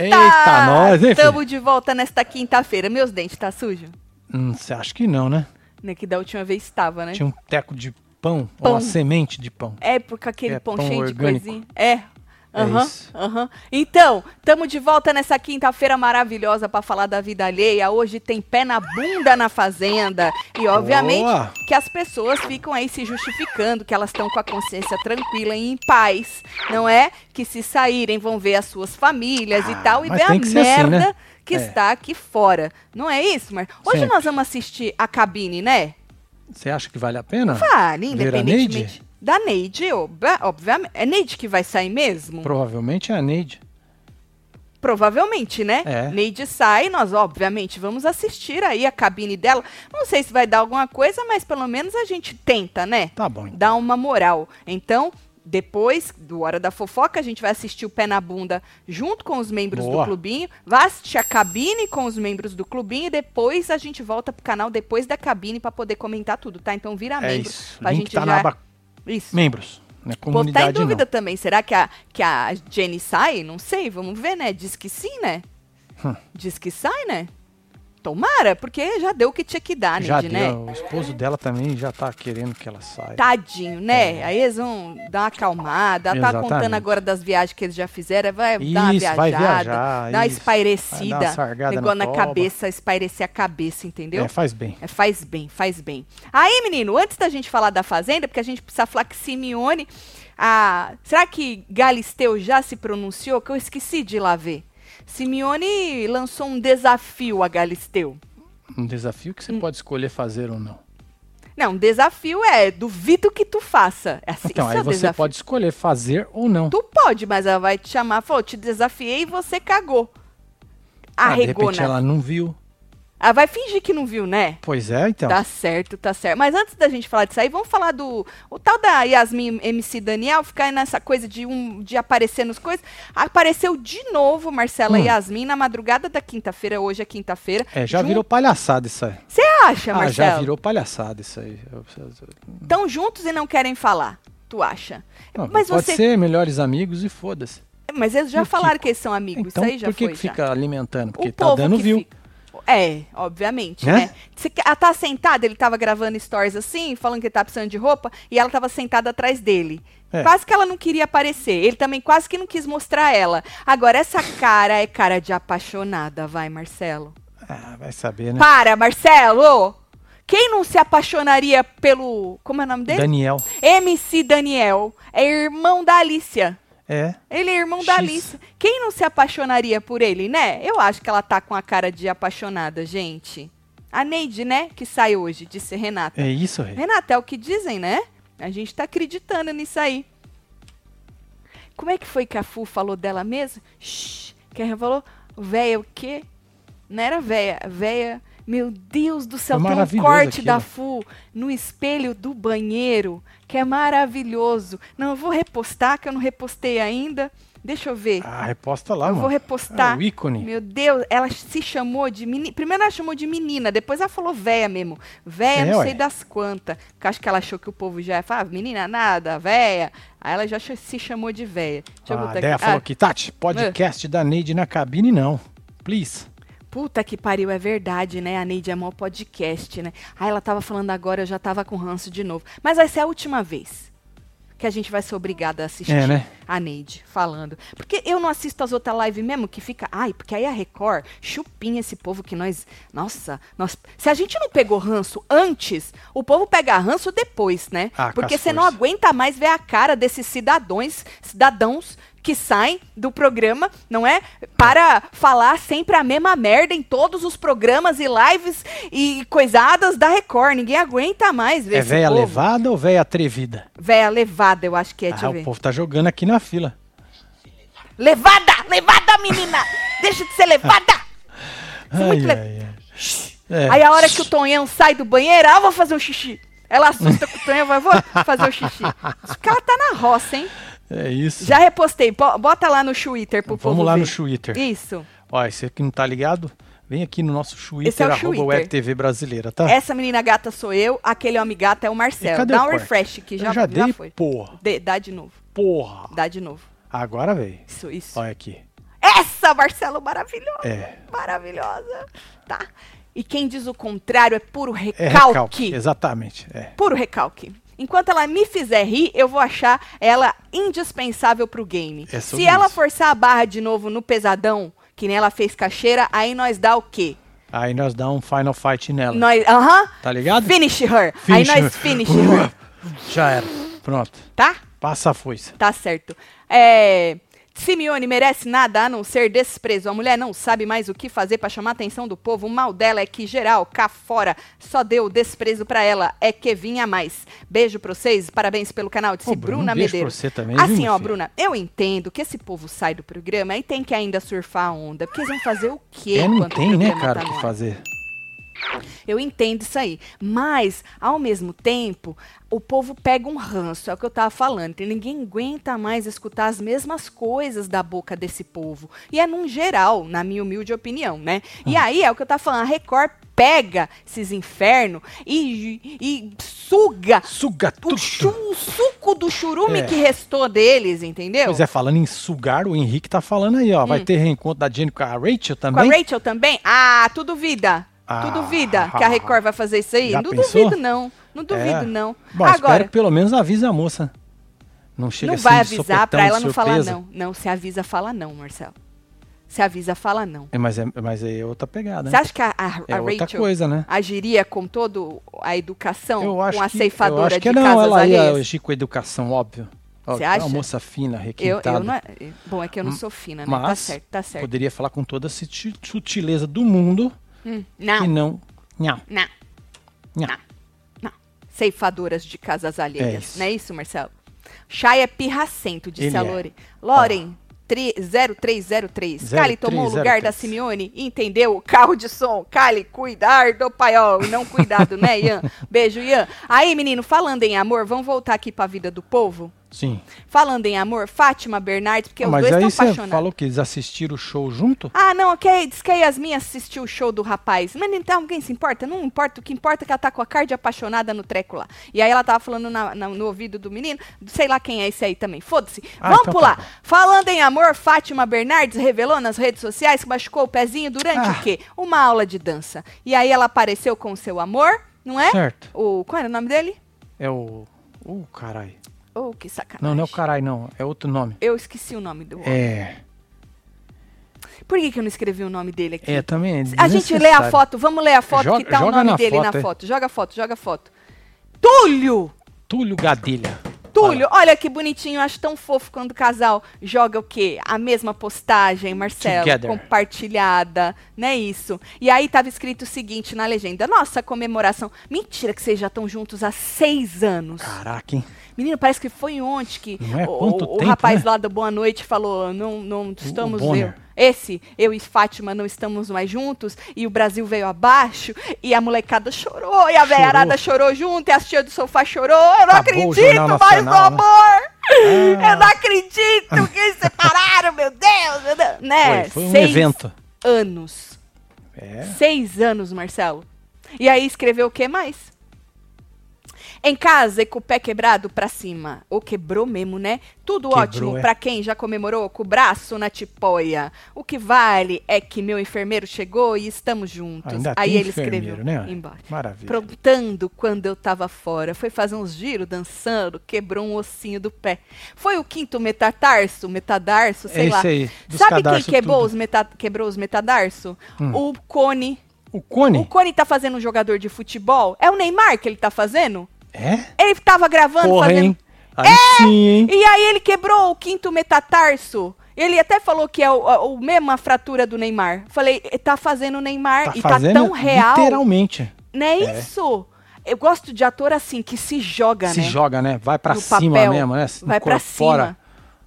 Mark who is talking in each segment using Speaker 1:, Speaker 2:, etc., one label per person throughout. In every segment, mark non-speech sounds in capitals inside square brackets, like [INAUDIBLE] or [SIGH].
Speaker 1: pra nós, hein,
Speaker 2: Tamo de volta nesta quinta-feira. Meus dentes tá sujo?
Speaker 1: Hum, Você acha que não, né?
Speaker 2: Né, que da última vez estava, né?
Speaker 1: Tinha um teco de pão, ou
Speaker 2: Pão.
Speaker 1: uma semente de pão.
Speaker 2: É, porque aquele
Speaker 1: É,
Speaker 2: pão,
Speaker 1: pão
Speaker 2: cheio
Speaker 1: orgânico.
Speaker 2: de coisinha. É. Aham,
Speaker 1: isso.
Speaker 2: aham. Então, tamo de volta nessa quinta-feira maravilhosa pra falar da vida alheia. Hoje tem pé na bunda na fazenda. E obviamente
Speaker 1: Boa.
Speaker 2: que as pessoas ficam aí se justificando, que elas estão com a consciência tranquila e em paz, não é? Que se saírem vão ver as suas famílias e
Speaker 1: Ah,
Speaker 2: tal e
Speaker 1: mas
Speaker 2: ver a
Speaker 1: tem que ser assim,
Speaker 2: merda
Speaker 1: né?
Speaker 2: que
Speaker 1: É.
Speaker 2: está aqui fora. Não é isso, Mar? Hoje
Speaker 1: Sempre.
Speaker 2: nós vamos assistir a cabine, né?
Speaker 1: Você acha que vale a pena?
Speaker 2: Vale,
Speaker 1: Ver a
Speaker 2: independentemente.
Speaker 1: Neide?
Speaker 2: Da Neide, obra- obviamente. É Neide que vai sair mesmo?
Speaker 1: Provavelmente é a Neide.
Speaker 2: Provavelmente, né?
Speaker 1: É.
Speaker 2: Neide sai, nós, obviamente, vamos assistir aí a cabine dela. Não sei se vai dar alguma coisa, mas pelo menos a gente tenta, né?
Speaker 1: Tá bom. então.
Speaker 2: Dá uma moral. Então, depois do Hora da Fofoca, a gente vai assistir o Pé na Bunda junto com os membros
Speaker 1: Boa.
Speaker 2: do Clubinho. Vai assistir a cabine com os membros do Clubinho e depois a gente volta pro canal depois da cabine pra poder comentar tudo, tá? Então vira
Speaker 1: É
Speaker 2: membro.
Speaker 1: isso. O
Speaker 2: pra
Speaker 1: link
Speaker 2: gente
Speaker 1: tá
Speaker 2: já...
Speaker 1: na aba
Speaker 2: Isso.
Speaker 1: membros. Não é
Speaker 2: Pô, tá em
Speaker 1: comunidade,
Speaker 2: dúvida
Speaker 1: não.
Speaker 2: também. Será que a, que a Jenny sai? Não sei, vamos ver, né? Diz que sim, né?
Speaker 1: Hum.
Speaker 2: Diz que sai, né? Tomara, porque já deu o que tinha que dar,
Speaker 1: Já
Speaker 2: Neide,
Speaker 1: deu.
Speaker 2: né?
Speaker 1: O esposo dela também já tá querendo que ela saia.
Speaker 2: Tadinho, né? Aí eles vão dar uma acalmada. Ela tá
Speaker 1: É. Exatamente.
Speaker 2: contando agora das viagens que eles já fizeram. Vai dar uma
Speaker 1: Isso, vai
Speaker 2: viajada,
Speaker 1: viajar,
Speaker 2: dar uma
Speaker 1: isso.
Speaker 2: espairecida.
Speaker 1: Vai dar uma sargada
Speaker 2: negócio
Speaker 1: na
Speaker 2: na
Speaker 1: toba.
Speaker 2: cabeça, espairecer a cabeça, entendeu?
Speaker 1: É, faz bem.
Speaker 2: É, faz bem, faz bem. Aí, menino, antes da gente falar da Fazenda, porque a gente precisa falar que Simeone. a- será que Galisteu já se pronunciou? Que eu esqueci de ir lá ver. Simeone lançou um desafio a Galisteu.
Speaker 1: Um desafio
Speaker 2: Hum.
Speaker 1: que você pode escolher fazer ou não.
Speaker 2: Não, um desafio é duvido que tu faça. É assim,
Speaker 1: Então,
Speaker 2: isso
Speaker 1: aí
Speaker 2: é
Speaker 1: você
Speaker 2: desafio.
Speaker 1: pode escolher fazer ou não.
Speaker 2: Tu pode, mas ela vai te chamar. Falou, te desafiei e você cagou.
Speaker 1: Ah, de
Speaker 2: Arregou,
Speaker 1: repente
Speaker 2: né? Ela...
Speaker 1: ela não viu.
Speaker 2: vai fingir que não viu, né?
Speaker 1: Pois é, então.
Speaker 2: Tá certo, tá certo. Mas antes da gente falar disso aí, vamos falar do. O tal da Yasmin MC Daniel ficar aí nessa coisa de um de aparecer nos coisas. Apareceu de novo Marcela
Speaker 1: Hum.
Speaker 2: Yasmin na madrugada da quinta-feira, hoje é quinta-feira.
Speaker 1: É, já
Speaker 2: Jun-
Speaker 1: virou palhaçada isso aí.
Speaker 2: Você acha,
Speaker 1: Ah,
Speaker 2: Marcela?
Speaker 1: já virou palhaçada isso aí. Eu preciso-
Speaker 2: Tão juntos e não querem falar, tu acha?
Speaker 1: Não,
Speaker 2: Mas
Speaker 1: pode
Speaker 2: você-
Speaker 1: ser melhores amigos e foda-se.
Speaker 2: Mas eles já
Speaker 1: E o
Speaker 2: falaram
Speaker 1: Kiko?
Speaker 2: que eles são amigos,
Speaker 1: Então,
Speaker 2: isso aí já
Speaker 1: por que,
Speaker 2: foi.
Speaker 1: que
Speaker 2: já.
Speaker 1: fica alimentando? Porque
Speaker 2: o
Speaker 1: tá
Speaker 2: povo
Speaker 1: dando
Speaker 2: que
Speaker 1: view.
Speaker 2: fica- É, obviamente,
Speaker 1: Né?
Speaker 2: né? Diz que Ela tá sentada, ele tava gravando stories assim, falando que ele tá precisando de roupa, e ela tava sentada atrás dele.
Speaker 1: É.
Speaker 2: Quase que ela não queria aparecer. Ele também quase que não quis mostrar ela. Agora, essa cara é cara de apaixonada, vai, Marcelo.
Speaker 1: Ah, vai saber, né?
Speaker 2: Para, Marcelo! Quem não se apaixonaria pelo. Como é o nome dele?
Speaker 1: Daniel.
Speaker 2: MC Daniel. É irmão da Alicia.
Speaker 1: É.
Speaker 2: Ele é irmão da
Speaker 1: X.
Speaker 2: Alice. Quem não se apaixonaria por ele, né? Eu acho que ela tá com a cara de apaixonada, gente. A Neide, né? Que sai hoje, disse Renata.
Speaker 1: É isso, rei.
Speaker 2: Renata, é o que dizem, né? A gente tá acreditando nisso aí. Como é que foi que a Fu falou dela mesmo? Shhh, que ela falou, véia o quê? Não era véia, véia... Meu Deus do céu,
Speaker 1: Foi
Speaker 2: tem um
Speaker 1: É maravilhoso
Speaker 2: corte
Speaker 1: aquilo.
Speaker 2: da Fu no espelho do banheiro, que é maravilhoso. Não, eu vou repostar, que eu não repostei ainda. Deixa eu ver.
Speaker 1: Ah, reposta lá,
Speaker 2: eu
Speaker 1: mano.
Speaker 2: vou
Speaker 1: Ah,
Speaker 2: repostar.
Speaker 1: o ícone.
Speaker 2: Meu Deus, ela se chamou de menina. Primeiro ela chamou de menina, depois ela falou véia mesmo. Véia,
Speaker 1: É,
Speaker 2: não
Speaker 1: ué.
Speaker 2: sei das quantas. Porque acho que ela achou que o povo já ia falar, "Ah, menina nada, véia. Aí ela já ch- se chamou de véia. Deixa eu
Speaker 1: Ah,
Speaker 2: botar
Speaker 1: a Déa
Speaker 2: aqui.
Speaker 1: falou
Speaker 2: Ah,
Speaker 1: que, Tati, podcast da Neide na cabine, não. Please.
Speaker 2: Puta que pariu, é verdade, né? A Neide é mó podcast, né? Aí ela tava falando agora, eu já tava com ranço de novo. Mas vai ser a última vez que a gente vai ser obrigada a assistir
Speaker 1: É, né?
Speaker 2: a Neide falando. Porque eu não assisto as outras lives mesmo, que fica. Ai, porque aí a Record chupinha esse povo que nós. Nossa, nós. Se a gente não pegou ranço antes, o povo pega ranço depois, né?
Speaker 1: Ah, com
Speaker 2: porque
Speaker 1: as
Speaker 2: você não
Speaker 1: forças.
Speaker 2: aguenta mais ver a cara desses cidadãos, cidadãos que saem do programa, não é? Para falar sempre a mesma merda em todos os programas e lives e coisadas da Record. Ninguém aguenta mais ver
Speaker 1: É
Speaker 2: esse
Speaker 1: véia
Speaker 2: povo.
Speaker 1: levada ou véia atrevida?
Speaker 2: Véia levada, eu acho que é, deixa
Speaker 1: ah,
Speaker 2: eu ver.
Speaker 1: o povo tá jogando aqui na fila.
Speaker 2: Levada! Levada,
Speaker 1: [LAUGHS]
Speaker 2: menina! Deixa de ser levada! Isso é muito le-
Speaker 1: ai. É.
Speaker 2: Aí a hora que o Tonhão sai do banheiro, ah, vou fazer um xixi. Ela assusta com o Tonhão, vai, vou fazer um xixi. Acho que ela tá na roça, hein?
Speaker 1: É isso.
Speaker 2: Já repostei, po- bota lá no Twitter pro povo
Speaker 1: Vamos lá
Speaker 2: ver.
Speaker 1: no Twitter.
Speaker 2: Isso.
Speaker 1: Ó, esse aqui não tá ligado? Vem aqui no nosso
Speaker 2: Esse é
Speaker 1: Twitter,
Speaker 2: o
Speaker 1: arroba
Speaker 2: Twitter.
Speaker 1: WebTV Brasileira, tá?
Speaker 2: Essa menina gata sou eu, aquele homem gata é o
Speaker 1: E
Speaker 2: Marcelo.
Speaker 1: cadê
Speaker 2: Dá
Speaker 1: o
Speaker 2: um
Speaker 1: corte?
Speaker 2: refresh que
Speaker 1: Eu
Speaker 2: já,
Speaker 1: já dei,
Speaker 2: foi.
Speaker 1: porra.
Speaker 2: Dê- dá de novo,
Speaker 1: Porra.
Speaker 2: dá de novo.
Speaker 1: Agora, velho.
Speaker 2: Isso, isso.
Speaker 1: Olha aqui.
Speaker 2: É essa, Marcelo, maravilhosa.
Speaker 1: É.
Speaker 2: Maravilhosa. Tá? E quem diz o contrário é puro
Speaker 1: É
Speaker 2: recalque.
Speaker 1: recalque. Exatamente. É.
Speaker 2: Puro recalque. Enquanto ela me fizer rir, eu vou achar ela indispensável pro game.
Speaker 1: É
Speaker 2: Se
Speaker 1: sobre
Speaker 2: ela
Speaker 1: isso.
Speaker 2: forçar a barra de novo no pesadão, que nem ela fez cacheira, aí nós dá o quê?
Speaker 1: Aí nós dá um final fight nela.
Speaker 2: Nós, aham,
Speaker 1: Tá ligado?
Speaker 2: finish her.
Speaker 1: Finish
Speaker 2: aí
Speaker 1: her.
Speaker 2: nós finish né? her,
Speaker 1: [LAUGHS] Já era. Pronto.
Speaker 2: tá?
Speaker 1: Passa a foice.
Speaker 2: Tá certo. É, Simeone merece nada a não ser desprezo. A mulher não sabe mais o que fazer pra chamar a atenção do povo. O mal dela é que geral, cá fora, só deu desprezo pra ela. É que vinha mais. Beijo pra vocês, parabéns pelo canal. Disse
Speaker 1: Ô, Bruno,
Speaker 2: Bruna
Speaker 1: um beijo
Speaker 2: Medeiros.
Speaker 1: pra você também, viu,
Speaker 2: assim,
Speaker 1: minha
Speaker 2: ó,
Speaker 1: filha?
Speaker 2: Bruna, eu entendo que esse povo sai do programa e tem que ainda surfar a onda. Porque eles vão fazer o quê?
Speaker 1: É, não
Speaker 2: enquanto o
Speaker 1: tem, né,
Speaker 2: programa tá
Speaker 1: cara, o
Speaker 2: no
Speaker 1: que
Speaker 2: ar?
Speaker 1: fazer.
Speaker 2: Eu entendo isso aí. Mas, ao mesmo tempo, o povo pega um ranço, é o que eu tava falando. que Ninguém aguenta mais escutar as mesmas coisas da boca desse povo. E é num geral, na minha humilde opinião, né? E
Speaker 1: Ah.
Speaker 2: aí é o que eu tava falando, a Record pega esses infernos e, e suga
Speaker 1: Suga
Speaker 2: o,
Speaker 1: tudo.
Speaker 2: chu- o suco do churume
Speaker 1: É.
Speaker 2: que restou deles, entendeu?
Speaker 1: Pois é, falando em sugar, o Henrique tá falando aí, ó. Vai ter reencontro da Jenny com a Rachel
Speaker 2: Hum. Com a
Speaker 1: também?
Speaker 2: Rachel também? Ah, tu duvida.
Speaker 1: Ah.
Speaker 2: tu duvida que a Record vai fazer isso aí?
Speaker 1: Já
Speaker 2: não
Speaker 1: pensou?
Speaker 2: duvido, não. Não duvido,
Speaker 1: É.
Speaker 2: não.
Speaker 1: Bom, espero
Speaker 2: Agora,
Speaker 1: que pelo menos avise a moça. Não chega
Speaker 2: não
Speaker 1: assim
Speaker 2: vai
Speaker 1: de
Speaker 2: avisar
Speaker 1: sopetão,
Speaker 2: pra
Speaker 1: de
Speaker 2: ela não falar
Speaker 1: surpresa.
Speaker 2: não. Não, se avisa, fala não, Marcelo. Se avisa, fala não.
Speaker 1: É, mas, é, mas é outra pegada,
Speaker 2: Você
Speaker 1: né?
Speaker 2: acha que a, a-
Speaker 1: É
Speaker 2: a
Speaker 1: outra
Speaker 2: Rachel
Speaker 1: coisa, né?
Speaker 2: agiria com toda a educação?
Speaker 1: Eu acho
Speaker 2: com a
Speaker 1: que, eu
Speaker 2: um ceifadora
Speaker 1: acho que
Speaker 2: de
Speaker 1: não,
Speaker 2: casas
Speaker 1: ela ia
Speaker 2: alheias?
Speaker 1: agir com educação, óbvio. Ó,
Speaker 2: Você
Speaker 1: é uma
Speaker 2: acha?
Speaker 1: moça fina,
Speaker 2: Eu,
Speaker 1: requintada.
Speaker 2: eu não, bom, é que eu não sou fina, né? tá
Speaker 1: né? Hum, mas
Speaker 2: certo, tá certo.
Speaker 1: Poderia falar com toda a suti- sutileza do mundo
Speaker 2: Hum,
Speaker 1: e
Speaker 2: não,
Speaker 1: não... Nham,
Speaker 2: não,
Speaker 1: nham.
Speaker 2: não. Ceifadoras de casas alheias.
Speaker 1: isso.
Speaker 2: Não é isso, Marcelo? Chay é pirracento, disse
Speaker 1: Ele
Speaker 2: a
Speaker 1: é.
Speaker 2: Lore. Loren, tri- 0303. Kali tomou o lugar
Speaker 1: 0303.
Speaker 2: da Simeone e entendeu o carro de som. Kali, cuidar do paiol. E não cuidado, né, Ian?
Speaker 1: [LAUGHS]
Speaker 2: Beijo, Ian. Aí, menino, falando em amor, vamos voltar aqui pra vida do povo?
Speaker 1: Sim.
Speaker 2: Falando em amor, Fátima Bernardes, porque os
Speaker 1: Ah, mas
Speaker 2: dois
Speaker 1: aí
Speaker 2: estão
Speaker 1: você
Speaker 2: apaixonados.
Speaker 1: falou que eles assistiram o show junto?
Speaker 2: Ah, não, ok. Diz que a Yasmin assistiu o show do rapaz. Mas então, quem se importa? Não importa. O que importa é que ela tá com a card apaixonada no treco lá. E aí ela tava falando na- na- no ouvido do menino. Sei lá quem é esse aí também. Foda-se.
Speaker 1: Ah,
Speaker 2: Vamos
Speaker 1: então tá
Speaker 2: pular.
Speaker 1: bom.
Speaker 2: Falando em amor, Fátima Bernardes revelou nas redes sociais que machucou o pezinho durante
Speaker 1: Ah.
Speaker 2: o quê? Uma aula de dança. E aí ela apareceu com o seu amor, não é?
Speaker 1: Certo.
Speaker 2: O, qual era o nome dele?
Speaker 1: É o... Ô, caralho.
Speaker 2: Oh, que sacanagem.
Speaker 1: Não, não é o caralho, não. É outro nome.
Speaker 2: Eu esqueci o nome do homem.
Speaker 1: É...
Speaker 2: Por que, que eu não escrevi o nome dele aqui?
Speaker 1: É, também é
Speaker 2: A gente lê a
Speaker 1: desnecessário.
Speaker 2: foto, vamos ler a foto
Speaker 1: Joga-
Speaker 2: que tá o
Speaker 1: joga
Speaker 2: nome
Speaker 1: na
Speaker 2: dele
Speaker 1: foto,
Speaker 2: na
Speaker 1: é.
Speaker 2: foto. Joga a foto, joga a foto. Túlio!
Speaker 1: Túlio Gadelha.
Speaker 2: Túlio, olha que bonitinho, acho tão fofo quando o casal joga o quê? A mesma postagem, Marcelo,
Speaker 1: Together.
Speaker 2: compartilhada, não é isso? E aí tava escrito o seguinte na legenda, nossa comemoração, mentira que vocês já estão juntos há seis anos.
Speaker 1: Caraca, hein?
Speaker 2: Menino, parece que foi ontem que
Speaker 1: Não é?
Speaker 2: o,
Speaker 1: Quanto
Speaker 2: o
Speaker 1: tempo,
Speaker 2: rapaz
Speaker 1: né?
Speaker 2: lá da Boa Noite falou: não, não estamos.
Speaker 1: Bonner.
Speaker 2: eu, esse, eu e Fátima não estamos mais juntos, e o Brasil veio abaixo, e a molecada chorou, e a
Speaker 1: Chorou.
Speaker 2: velharada chorou junto, e a tia do sofá chorou. Eu não
Speaker 1: Acabou o
Speaker 2: acredito
Speaker 1: Jornal
Speaker 2: mais no
Speaker 1: Nacional, né? Ah.
Speaker 2: amor! Eu não acredito que eles separaram, meu Deus! Meu Deus. Né?
Speaker 1: Foi, foi um
Speaker 2: Seis
Speaker 1: evento.
Speaker 2: anos.
Speaker 1: É.
Speaker 2: Seis anos, Marcelo. E aí escreveu o que mais? Em casa e com o pé quebrado pra cima. Ou quebrou mesmo, né? Tudo
Speaker 1: Quebrou,
Speaker 2: ótimo
Speaker 1: é.
Speaker 2: pra quem já comemorou com o braço na tipóia. O que vale é que meu enfermeiro chegou e estamos juntos.
Speaker 1: Ainda
Speaker 2: aí
Speaker 1: tem
Speaker 2: ele
Speaker 1: enfermeiro,
Speaker 2: escreveu
Speaker 1: né?
Speaker 2: embaixo.
Speaker 1: Maravilha.
Speaker 2: Prontando quando eu tava fora. Foi fazer uns giros dançando, quebrou um ossinho do pé. Foi o quinto metatarso, metadarso, sei
Speaker 1: é
Speaker 2: lá.
Speaker 1: isso aí. dos
Speaker 2: Sabe quem é
Speaker 1: cadarços
Speaker 2: quebrou
Speaker 1: tudo.
Speaker 2: os, meta- quebrou os metadarso? O Cone.
Speaker 1: O Cone?
Speaker 2: O Cone tá fazendo um jogador de futebol? É o Neymar que ele tá fazendo?
Speaker 1: É?
Speaker 2: Ele tava gravando,
Speaker 1: Porra,
Speaker 2: fazendo. É!
Speaker 1: hein? Aí sim, hein?
Speaker 2: E aí ele quebrou o quinto metatarso. Ele até falou que é o, a- o mesma fratura do Neymar. Falei, tá fazendo o Neymar e tá tão real.
Speaker 1: literalmente.
Speaker 2: Não é, isso? Eu gosto de ator assim, que se joga,
Speaker 1: Se
Speaker 2: né?
Speaker 1: joga, né? Vai pra
Speaker 2: no
Speaker 1: cima
Speaker 2: papel.
Speaker 1: mesmo, né?
Speaker 2: Vai pra cima.
Speaker 1: Fora.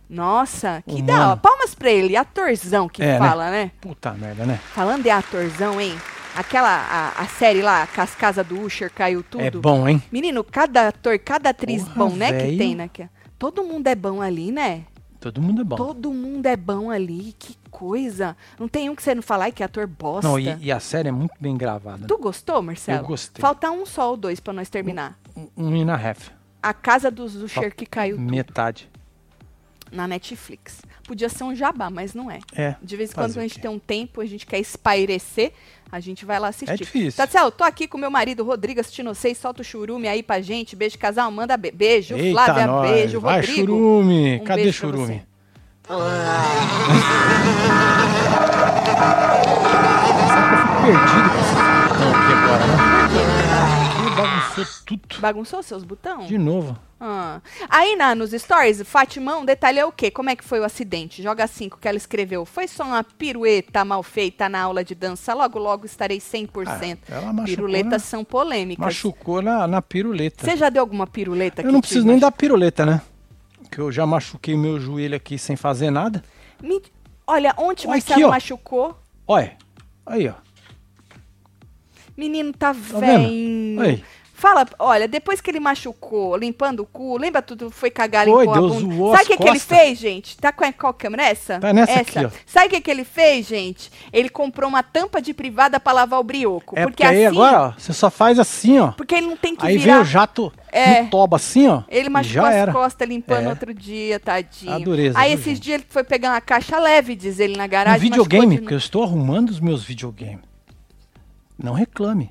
Speaker 2: Nossa, que
Speaker 1: Humano.
Speaker 2: da hora. Palmas pra ele, atorzão que
Speaker 1: É, né?
Speaker 2: fala, né?
Speaker 1: Puta merda, né?
Speaker 2: Falando de atorzão, hein? Aquela, a, a série lá, que as casas do Usher caiu tudo.
Speaker 1: É bom, hein?
Speaker 2: Menino, cada ator, cada atriz
Speaker 1: Porra,
Speaker 2: bom, né, que
Speaker 1: velho.
Speaker 2: tem naquela. Todo mundo é bom ali, né?
Speaker 1: Todo mundo é bom.
Speaker 2: Todo mundo é bom ali, que coisa. Não tem um que você não fala, ai, que ator bosta.
Speaker 1: Não, e, e a série é muito bem gravada.
Speaker 2: Tu gostou, Marcelo?
Speaker 1: Eu gostei.
Speaker 2: Falta um só ou dois pra nós terminar.
Speaker 1: Um, um e na half.
Speaker 2: A Casa dos Usher que caiu tudo
Speaker 1: Metade.
Speaker 2: na Netflix. Podia ser um jabá, mas não é.
Speaker 1: É.
Speaker 2: De vez em
Speaker 1: Fazer
Speaker 2: quando a
Speaker 1: o
Speaker 2: gente
Speaker 1: quê?
Speaker 2: tem um tempo, a gente quer espairecer, a gente vai lá assistir.
Speaker 1: É difícil.
Speaker 2: Tatiel, tô aqui com meu marido Rodrigo assistindo vocês, solta o churume aí pra gente. Beijo, casal, manda be- beijo.
Speaker 1: Eita,
Speaker 2: Flávia,
Speaker 1: nós.
Speaker 2: beijo.
Speaker 1: Vai,
Speaker 2: Rodrigo.
Speaker 1: churume.
Speaker 2: Um
Speaker 1: Cadê
Speaker 2: beijo pra
Speaker 1: churume? Sabe que eu fico perdido com esse botão aqui agora, né? Me bagunçou tudo.
Speaker 2: Bagunçou seus botões?
Speaker 1: De novo.
Speaker 2: Ah. Aí na, nos stories, Fatimão detalhou o quê? Como é que foi o acidente? Joga 5 que ela escreveu. Foi só uma pirueta mal feita na aula de dança. Logo, logo estarei 100%.
Speaker 1: Ah, ela machucou,
Speaker 2: Piruletas
Speaker 1: né?
Speaker 2: são polêmicas.
Speaker 1: Machucou na, na piruleta.
Speaker 2: Você já deu alguma piruleta
Speaker 1: Eu não
Speaker 2: que te
Speaker 1: preciso nem dar piruleta, né? Porque eu já machuquei meu joelho aqui sem fazer nada.
Speaker 2: Me- Olha, ontem o
Speaker 1: Olha aqui,
Speaker 2: Marcelo
Speaker 1: ó.
Speaker 2: machucou.
Speaker 1: Olha, aí, ó.
Speaker 2: Menino tá,
Speaker 1: vendo?
Speaker 2: velho.
Speaker 1: Aí.
Speaker 2: Fala, olha, depois que ele machucou, limpando o cu, lembra tudo? Foi cagar,
Speaker 1: Foi,
Speaker 2: limpou a
Speaker 1: Deus
Speaker 2: bunda.
Speaker 1: zoou
Speaker 2: Sabe
Speaker 1: as
Speaker 2: o que, que ele
Speaker 1: costas.
Speaker 2: fez, gente? Tá com a, qual câmera? Essa?
Speaker 1: Tá nessa
Speaker 2: Essa.
Speaker 1: aqui, ó.
Speaker 2: Sabe o que, que ele fez, gente? Ele comprou uma tampa de privada pra lavar o brioco.
Speaker 1: É
Speaker 2: porque
Speaker 1: porque aí
Speaker 2: assim,
Speaker 1: agora, ó, você só faz assim, ó.
Speaker 2: porque ele não tem que
Speaker 1: Aí vem
Speaker 2: virar.
Speaker 1: o jato
Speaker 2: É.
Speaker 1: no toba assim, ó.
Speaker 2: Ele
Speaker 1: e
Speaker 2: machucou
Speaker 1: já
Speaker 2: as
Speaker 1: era.
Speaker 2: costas limpando
Speaker 1: É.
Speaker 2: outro dia, tadinho.
Speaker 1: A dureza,
Speaker 2: Aí
Speaker 1: viu,
Speaker 2: esses
Speaker 1: gente?
Speaker 2: dias ele foi pegar uma caixa leve, diz ele, na
Speaker 1: Um
Speaker 2: garagem.
Speaker 1: videogame,
Speaker 2: machucou
Speaker 1: porque
Speaker 2: de
Speaker 1: eu estou arrumando os meus videogames. Não reclame.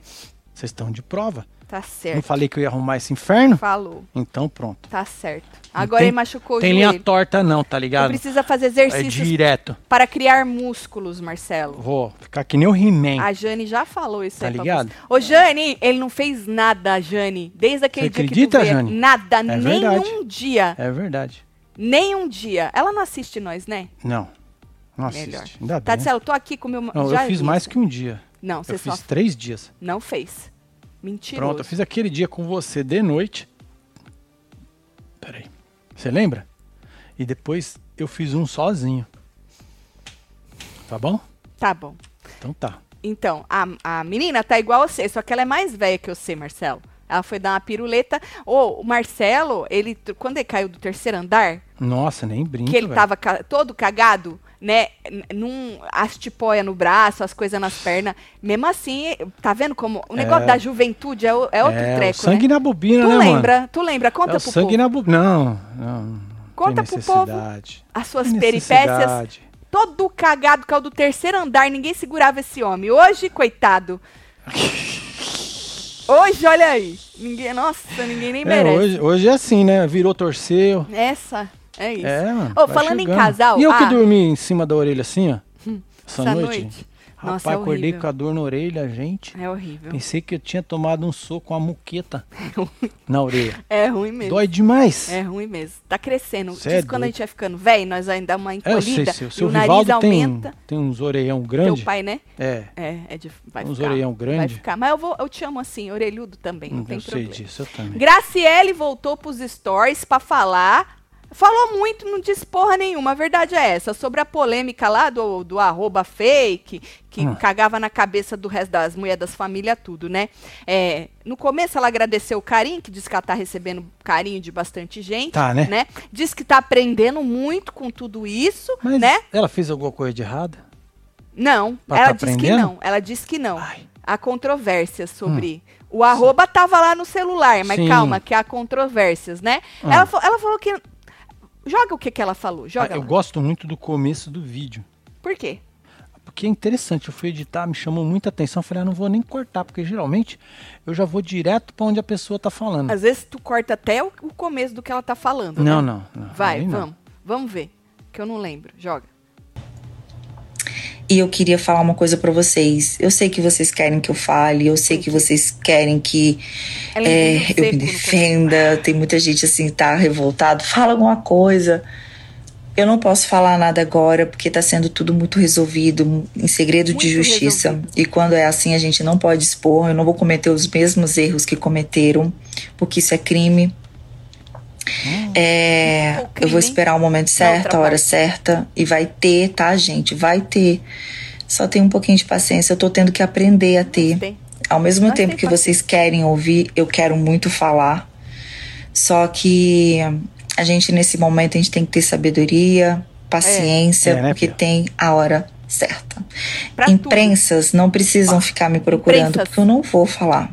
Speaker 1: Vocês estão de prova.
Speaker 2: novo. Tá
Speaker 1: Não
Speaker 2: certo.
Speaker 1: falei que eu ia arrumar esse inferno?
Speaker 2: Falou.
Speaker 1: Então pronto.
Speaker 2: Tá certo.
Speaker 1: Não
Speaker 2: Agora
Speaker 1: tem-
Speaker 2: ele machucou
Speaker 1: Tem
Speaker 2: o
Speaker 1: linha
Speaker 2: joelho.
Speaker 1: torta não, tá
Speaker 2: Tu
Speaker 1: ligado?
Speaker 2: precisa fazer
Speaker 1: É
Speaker 2: exercícios
Speaker 1: direto.
Speaker 2: para criar músculos, Marcelo.
Speaker 1: Vou ficar que nem o He-Man.
Speaker 2: A Jane já falou isso
Speaker 1: Tá
Speaker 2: aí pra
Speaker 1: ligado?
Speaker 2: você. Ô, Jane, ele não fez nada, Jane. Desde aquele
Speaker 1: Você
Speaker 2: dia
Speaker 1: acredita,
Speaker 2: que tu veio.
Speaker 1: Jane?
Speaker 2: Nada,
Speaker 1: É
Speaker 2: nenhum
Speaker 1: verdade.
Speaker 2: dia.
Speaker 1: É verdade.
Speaker 2: Nenhum dia. Ela não assiste nós, né?
Speaker 1: Não. Não
Speaker 2: Melhor.
Speaker 1: assiste. Ainda bem.
Speaker 2: Tatiana, eu tô aqui com o meu...
Speaker 1: Não, eu
Speaker 2: já
Speaker 1: fiz
Speaker 2: vi
Speaker 1: mais
Speaker 2: isso.
Speaker 1: que um dia.
Speaker 2: Não, você
Speaker 1: Eu
Speaker 2: só
Speaker 1: fiz três dias.
Speaker 2: não fez. Mentiroso.
Speaker 1: Pronto, eu fiz aquele dia com você de noite. Peraí. Você lembra? E depois eu fiz um sozinho. Tá bom?
Speaker 2: Tá bom.
Speaker 1: Então tá.
Speaker 2: Então, a, a menina tá igual a você, só que ela é mais velha que você, Marcelo. Ela foi dar uma piruleta. Ô, o Marcelo, ele, quando ele caiu do terceiro andar,
Speaker 1: Nossa, nem brinca.
Speaker 2: que ele
Speaker 1: velho.
Speaker 2: tava ca- todo cagado, né? n- Num, as tipóia no braço, as coisas nas pernas. Mesmo assim, eh, tá vendo como o negócio da juventude é, o- é outro
Speaker 1: é,
Speaker 2: treco,
Speaker 1: o sangue
Speaker 2: né?
Speaker 1: na bobina,
Speaker 2: tu
Speaker 1: né,
Speaker 2: lembra?
Speaker 1: mano?
Speaker 2: Tu lembra? Conta
Speaker 1: é o
Speaker 2: pro
Speaker 1: sangue
Speaker 2: povo.
Speaker 1: na bobina. Não, não. não
Speaker 2: Conta
Speaker 1: tem
Speaker 2: pro povo
Speaker 1: necessidade.
Speaker 2: As suas
Speaker 1: Tem
Speaker 2: peripécias.
Speaker 1: necessidade.
Speaker 2: Todo cagado, caiu do terceiro andar, ninguém segurava esse homem. Hoje, coitado. Hoje, olha aí. Ninguém, nossa, ninguém nem
Speaker 1: É,
Speaker 2: merece.
Speaker 1: hoje, hoje é assim, né? Virou torceu.
Speaker 2: Essa, é isso.
Speaker 1: É, mano.
Speaker 2: Ô,
Speaker 1: vai
Speaker 2: falando em
Speaker 1: chegando.
Speaker 2: casal,
Speaker 1: E eu que
Speaker 2: ah,
Speaker 1: dormi em cima da orelha assim,
Speaker 2: [LAUGHS]
Speaker 1: ó. Essa,
Speaker 2: essa
Speaker 1: noite.
Speaker 2: noite.
Speaker 1: Rapaz,
Speaker 2: Nossa, é
Speaker 1: acordei
Speaker 2: horrível.
Speaker 1: com a dor na orelha, gente.
Speaker 2: É horrível.
Speaker 1: Pensei que eu tinha tomado um soco, uma
Speaker 2: [LAUGHS]
Speaker 1: muqueta na orelha.
Speaker 2: É ruim [LAUGHS] mesmo.
Speaker 1: Dói demais.
Speaker 2: É ruim mesmo. Tá crescendo.
Speaker 1: Cê
Speaker 2: Diz
Speaker 1: é
Speaker 2: que quando a
Speaker 1: doido.
Speaker 2: gente vai ficando velho, nós ainda dá uma
Speaker 1: É, eu sei,
Speaker 2: encolhida.
Speaker 1: seu,
Speaker 2: e
Speaker 1: seu
Speaker 2: o nariz
Speaker 1: Rivaldo tem, um
Speaker 2: aumenta.
Speaker 1: tem uns orelhão
Speaker 2: Teu
Speaker 1: grande.
Speaker 2: pai, né?
Speaker 1: É,
Speaker 2: É, é de, vai
Speaker 1: uns
Speaker 2: ficar.
Speaker 1: orelhão
Speaker 2: Vai
Speaker 1: grande. Hum,
Speaker 2: ficar. Mas eu, vou, eu te amo assim, orelhudo também. Não
Speaker 1: eu
Speaker 2: tem
Speaker 1: sei
Speaker 2: problema.
Speaker 1: disso, eu também.
Speaker 2: Graciele voltou pros stories pra falar. Falou muito, não diz porra nenhuma. A verdade é essa. Sobre a polêmica lá do, do arroba fake, que
Speaker 1: Ah.
Speaker 2: cagava na cabeça do resto das mulheres das famílias, tudo, né? É, no começo ela agradeceu o carinho, que diz que ela tá recebendo carinho de bastante gente.
Speaker 1: Tá, né?
Speaker 2: Diz que tá aprendendo muito com tudo isso,
Speaker 1: Mas
Speaker 2: né?
Speaker 1: ela fez alguma coisa de errada?
Speaker 2: Não,
Speaker 1: Pra
Speaker 2: ela
Speaker 1: tá
Speaker 2: diz que
Speaker 1: aprendendo?
Speaker 2: não. Ela diz que não.
Speaker 1: Ai.
Speaker 2: Há controvérsias sobre. O arroba tava lá no celular, mas
Speaker 1: Hum. Sim.
Speaker 2: calma, que há controvérsias, né?
Speaker 1: Ah.
Speaker 2: Ela, fa- ela falou que. Joga o que, que ela falou,
Speaker 1: Ah,
Speaker 2: joga.
Speaker 1: eu
Speaker 2: lá.
Speaker 1: gosto muito do começo do vídeo.
Speaker 2: Por quê?
Speaker 1: Porque é interessante, eu fui editar, me chamou muita atenção. Eu falei, ah, não vou nem cortar, porque geralmente eu já vou direto pra onde a pessoa tá falando.
Speaker 2: Às vezes tu corta até o, o começo do que ela tá falando.
Speaker 1: Não,
Speaker 2: né?
Speaker 1: não, não.
Speaker 2: Vai,
Speaker 1: aí não.
Speaker 2: vamos. Vamos ver. Que eu não lembro. Joga.
Speaker 3: E eu queria falar uma coisa pra vocês. Eu sei que vocês querem que eu fale, eu sei que vocês querem que
Speaker 2: Ela
Speaker 3: é,
Speaker 2: engoliu
Speaker 3: eu me
Speaker 2: seco no
Speaker 3: defenda. Tem muita gente assim, tá revoltado. Fala alguma coisa. Eu não posso falar nada agora porque tá sendo tudo muito resolvido, em segredo de
Speaker 2: Muito
Speaker 3: justiça.
Speaker 2: resolvido.
Speaker 3: E quando é assim, a gente não pode expor. Eu não vou cometer os mesmos erros que cometeram, porque isso é crime. É,
Speaker 2: Ou crime,
Speaker 3: eu vou
Speaker 2: hein?
Speaker 3: esperar o momento certo,
Speaker 2: outra
Speaker 3: a hora
Speaker 2: parte.
Speaker 3: certa. E vai ter, tá, gente? Vai ter. Só tem um pouquinho de paciência. Eu tô tendo que aprender a ter.
Speaker 2: Tem.
Speaker 3: Ao mesmo
Speaker 2: Nós
Speaker 3: tempo
Speaker 2: tem
Speaker 3: que
Speaker 2: paciência.
Speaker 3: vocês querem ouvir, eu quero muito falar. Só que a gente, nesse momento, a gente tem que ter sabedoria, paciência,
Speaker 1: É, né,
Speaker 3: porque
Speaker 1: Pia?
Speaker 3: tem a hora certa.
Speaker 2: Pra
Speaker 3: Imprensas não precisam ficar me procurando,
Speaker 2: Imprensas.
Speaker 3: porque eu não vou falar.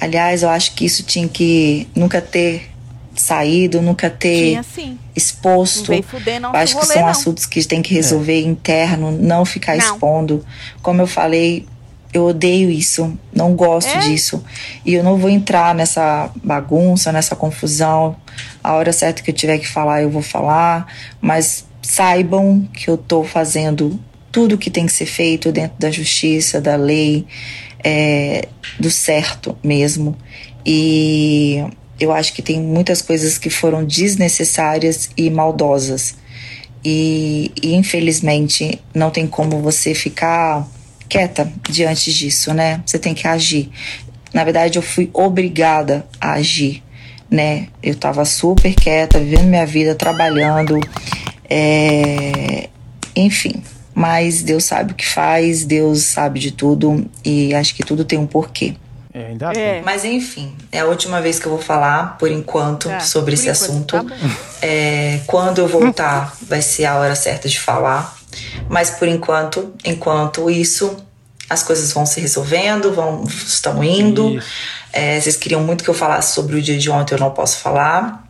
Speaker 3: Aliás, eu acho que isso tinha que nunca ter saído, nunca ter
Speaker 2: Tinha sim. Não
Speaker 3: exposto.
Speaker 2: vem fuder não
Speaker 3: Acho
Speaker 2: com
Speaker 3: que
Speaker 2: rolê,
Speaker 3: são
Speaker 2: não.
Speaker 3: assuntos que tem que resolver interno, não ficar
Speaker 2: Não.
Speaker 3: expondo. Como eu falei, eu odeio isso, não gosto
Speaker 2: É?
Speaker 3: disso. E eu não vou entrar nessa bagunça, nessa confusão. A hora certa que eu tiver que falar, eu vou falar. Mas saibam que eu tô fazendo tudo que tem que ser feito dentro da justiça, da lei, é, do certo mesmo. E eu acho que tem muitas coisas que foram desnecessárias e maldosas. E, e, infelizmente não tem como você ficar quieta diante disso, né? Você tem que agir. Na verdade, eu fui obrigada a agir, né? Eu tava super quieta, vivendo minha vida, trabalhando, é, enfim. Mas Deus sabe o que faz, Deus sabe de tudo e acho que tudo tem um porquê.
Speaker 1: É, ainda
Speaker 2: É.
Speaker 1: bem.
Speaker 3: Mas enfim, é a última vez que eu vou falar, por enquanto,
Speaker 2: Tá,
Speaker 3: sobre
Speaker 2: por
Speaker 3: esse
Speaker 2: enquanto,
Speaker 3: assunto.
Speaker 2: tá
Speaker 3: [LAUGHS]
Speaker 2: bom.
Speaker 3: É, quando eu voltar, vai ser a hora certa de falar. Mas por enquanto, enquanto isso, as coisas vão se resolvendo, vão, estão indo.
Speaker 1: Isso.
Speaker 3: É, vocês queriam muito que eu falasse sobre o dia de ontem, eu não posso falar.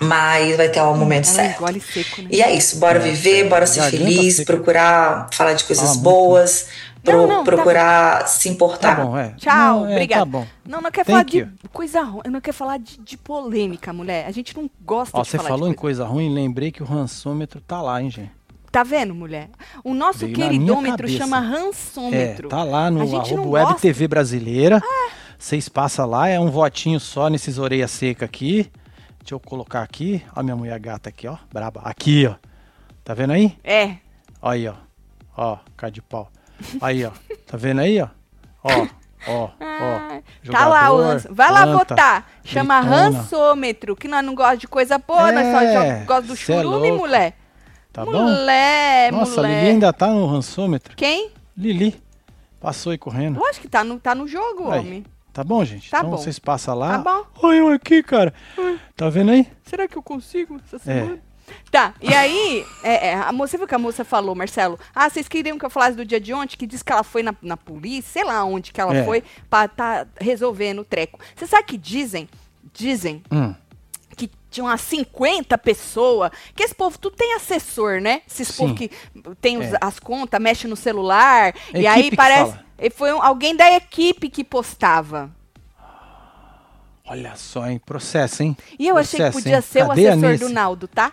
Speaker 3: Mas vai ter o momento
Speaker 2: Ela
Speaker 3: certo.
Speaker 2: engole seco, né?
Speaker 3: E é isso, bora viver, bora ser
Speaker 1: Garganta
Speaker 3: feliz,
Speaker 1: seca.
Speaker 3: procurar falar de coisas
Speaker 1: tá Fala muito.
Speaker 3: boas, pro-
Speaker 2: Não, não, tá
Speaker 3: procurar se
Speaker 1: Tá
Speaker 3: importar.
Speaker 1: bom, é.
Speaker 2: Tchau,
Speaker 1: Não, é,
Speaker 2: obrigada.
Speaker 1: Tá bom.
Speaker 2: Não, não quer
Speaker 1: Thank
Speaker 2: falar de
Speaker 1: you.
Speaker 2: coisa ruim. Eu não quero falar de, de polêmica, mulher. A gente não gosta
Speaker 1: Ó,
Speaker 2: de
Speaker 1: você
Speaker 2: falar de
Speaker 1: falou em
Speaker 2: coisa-
Speaker 1: coisa ruim, lembrei que o rançômetro tá lá, hein, gente?
Speaker 2: Tá vendo, mulher? O nosso
Speaker 1: Veio na minha
Speaker 2: queridômetro
Speaker 1: cabeça.
Speaker 2: chama
Speaker 1: É,
Speaker 2: rançômetro.
Speaker 1: tá lá no
Speaker 2: A gente
Speaker 1: arroba
Speaker 2: não
Speaker 1: Web
Speaker 2: gosta.
Speaker 1: TV Brasileira. Vocês passam lá, é um votinho só nesses orelha seca aqui. Deixa eu colocar aqui. Ó, minha mulher gata aqui, ó. Braba. Aqui, ó. Tá vendo aí?
Speaker 2: É.
Speaker 1: Ó Aí, ó. Ó, cara de pau. Aí, ó. Tá vendo aí, ó? Ó, ó, ó.
Speaker 2: Ah, tá lá o ranço. Vai lá
Speaker 1: planta,
Speaker 2: votar. Chama
Speaker 1: azeitona.
Speaker 2: rançômetro, que nós não gostamos de coisa boa, nós só
Speaker 1: É,
Speaker 2: jo- gosta do
Speaker 1: cê é
Speaker 2: churume,
Speaker 1: louco.
Speaker 2: mulher.
Speaker 1: Tá bom?
Speaker 2: mulher,
Speaker 1: Nossa, a
Speaker 2: mulher.
Speaker 1: Lili ainda tá no rançômetro.
Speaker 2: Quem?
Speaker 1: Lili, passou aí correndo.
Speaker 2: Lógico que tá no, tá no jogo,
Speaker 1: Aí.
Speaker 2: homem.
Speaker 1: Tá bom, gente?
Speaker 2: Tá
Speaker 1: então
Speaker 2: bom.
Speaker 1: vocês passam lá.
Speaker 2: Tá Hum.
Speaker 1: Olha eu aqui, cara. Tá vendo aí?
Speaker 2: Será que eu consigo essa
Speaker 1: É.
Speaker 2: semana? Tá, e aí, é, é, a moça, você viu o que a moça falou, Marcelo? Ah, vocês queriam que eu falasse do dia de ontem, que diz que ela foi na, na polícia, sei lá onde que ela
Speaker 1: É.
Speaker 2: foi, pra tá resolvendo o treco. Você sabe que dizem, dizem
Speaker 1: Hum.
Speaker 2: que tinha umas 50 pessoas, que esse povo tudo tem assessor, né? Esses
Speaker 1: Sim.
Speaker 2: povo que tem os-
Speaker 1: É.
Speaker 2: as contas, mexe no celular,
Speaker 1: É
Speaker 2: e
Speaker 1: equipe
Speaker 2: aí
Speaker 1: que
Speaker 2: parece...
Speaker 1: fala.
Speaker 2: e Foi um- alguém da equipe que postava.
Speaker 1: Olha só, hein? Processo, hein?
Speaker 2: E eu achei que
Speaker 1: Processo,
Speaker 2: podia
Speaker 1: hein?
Speaker 2: ser
Speaker 1: é assim, Cadeia
Speaker 2: o assessor
Speaker 1: nisso.
Speaker 2: do Naldo, tá?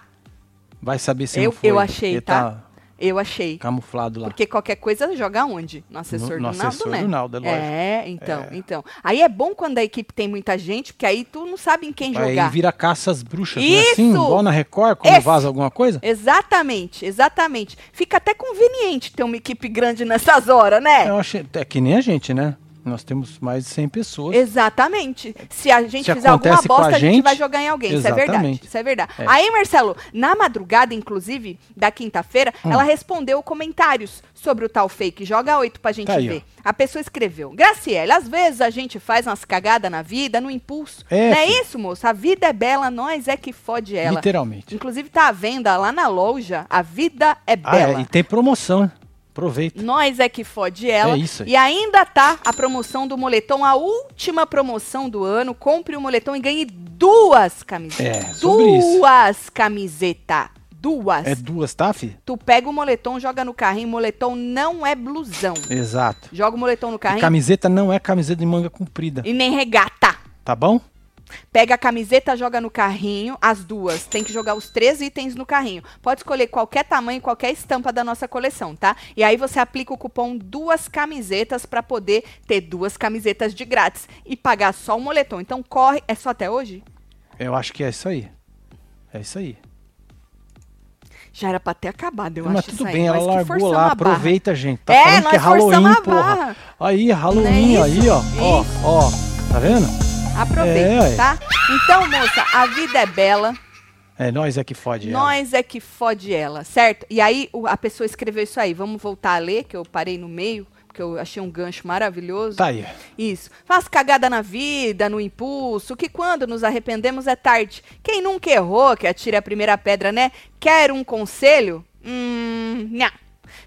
Speaker 1: Vai saber se
Speaker 2: Eu-
Speaker 1: não foi.
Speaker 2: eu achei,
Speaker 1: Ele
Speaker 2: tá?
Speaker 1: tá
Speaker 2: Eu achei.
Speaker 1: camuflado lá.
Speaker 2: Porque qualquer coisa joga onde? No
Speaker 1: No-
Speaker 2: assessor
Speaker 1: no
Speaker 2: do Naldo,
Speaker 1: assessor
Speaker 2: né?
Speaker 1: do Naldo, é lógico.
Speaker 2: É, então, então. Aí é bom quando a equipe tem muita gente, porque aí tu não sabe em quem
Speaker 1: Aí
Speaker 2: jogar.
Speaker 1: vira caça às bruxas, não é
Speaker 2: Isso!
Speaker 1: assim? Igual na Record, quando
Speaker 2: Esse.
Speaker 1: vaza alguma coisa?
Speaker 2: Exatamente, exatamente. Fica até conveniente ter uma equipe grande nessas horas, né?
Speaker 1: Eu achei, é que nem a gente, né? Nós temos mais de 100 pessoas.
Speaker 2: Exatamente. Se a gente
Speaker 1: Se
Speaker 2: fizer alguma
Speaker 1: acontece com a
Speaker 2: bosta, a gente,
Speaker 1: gente,
Speaker 2: vai jogar em alguém. Isso é verdade.
Speaker 1: exatamente.
Speaker 2: Isso é verdade.
Speaker 1: É.
Speaker 2: Aí, Marcelo, na madrugada, inclusive, da quinta-feira,
Speaker 1: Hum.
Speaker 2: ela respondeu comentários sobre o tal fake. Joga oito pra gente
Speaker 1: Tá aí,
Speaker 2: ver. A pessoa escreveu: Graciele, às vezes a gente faz umas cagadas na vida, no impulso.
Speaker 1: É,
Speaker 2: Não é
Speaker 1: filho.
Speaker 2: isso, moço? A vida é bela, nós é que fode ela.
Speaker 1: Literalmente.
Speaker 2: Inclusive, tá à venda lá na loja. A vida é
Speaker 1: Ah,
Speaker 2: bela.
Speaker 1: é, e tem promoção, né? Aproveita.
Speaker 2: Nós é que fode ela.
Speaker 1: É isso aí.
Speaker 2: E ainda tá a promoção do moletom, a última promoção do ano. Compre o moletom e ganhe duas camisetas.
Speaker 1: É, sobre isso.
Speaker 2: duas camisetas. Duas.
Speaker 1: É duas, tá, fi?
Speaker 2: Tu pega o moletom, joga no carrinho. Moletom não é blusão.
Speaker 1: Exato.
Speaker 2: Joga o moletom no
Speaker 1: E
Speaker 2: carrinho
Speaker 1: camiseta não é camiseta de manga comprida,
Speaker 2: Tá, e nem regata.
Speaker 1: tá bom?
Speaker 2: Pega a camiseta, joga no carrinho, as duas. Tem que jogar os três itens no carrinho. Pode escolher qualquer tamanho, qualquer estampa da nossa coleção, tá? E aí você aplica o cupom duas camisetas pra poder ter duas camisetas de grátis e pagar só o moletom. Então corre, é só até hoje?
Speaker 1: Eu acho que é isso aí. É isso aí.
Speaker 2: Já era pra ter acabado, eu
Speaker 1: mas
Speaker 2: acho
Speaker 1: tudo
Speaker 2: isso aí,
Speaker 1: bem, ela
Speaker 2: mas que
Speaker 1: largou
Speaker 2: forçamos
Speaker 1: lá,
Speaker 2: a barra.
Speaker 1: aproveita, gente. Tá
Speaker 2: É,
Speaker 1: falando que é
Speaker 2: nós forçamos
Speaker 1: Halloween,
Speaker 2: a
Speaker 1: porra.
Speaker 2: barra.
Speaker 1: Aí, Halloween,
Speaker 2: Não é
Speaker 1: aí,
Speaker 2: isso?
Speaker 1: ó. Ó,
Speaker 2: Isso.
Speaker 1: ó. Tá vendo? É,
Speaker 2: Aproveita,
Speaker 1: ué.
Speaker 2: tá? Então, moça, a vida é bela.
Speaker 1: É nós é que fode ela.
Speaker 2: Nós é que fode ela, certo? E aí o- a pessoa escreveu isso aí. Vamos voltar a ler, que eu parei no meio, porque eu achei um gancho maravilhoso.
Speaker 1: Tá aí.
Speaker 2: Isso. Faz cagada na vida, no impulso, que quando nos arrependemos é tarde. Quem nunca errou, que atire a primeira pedra, né? Quer um conselho? Hum, não.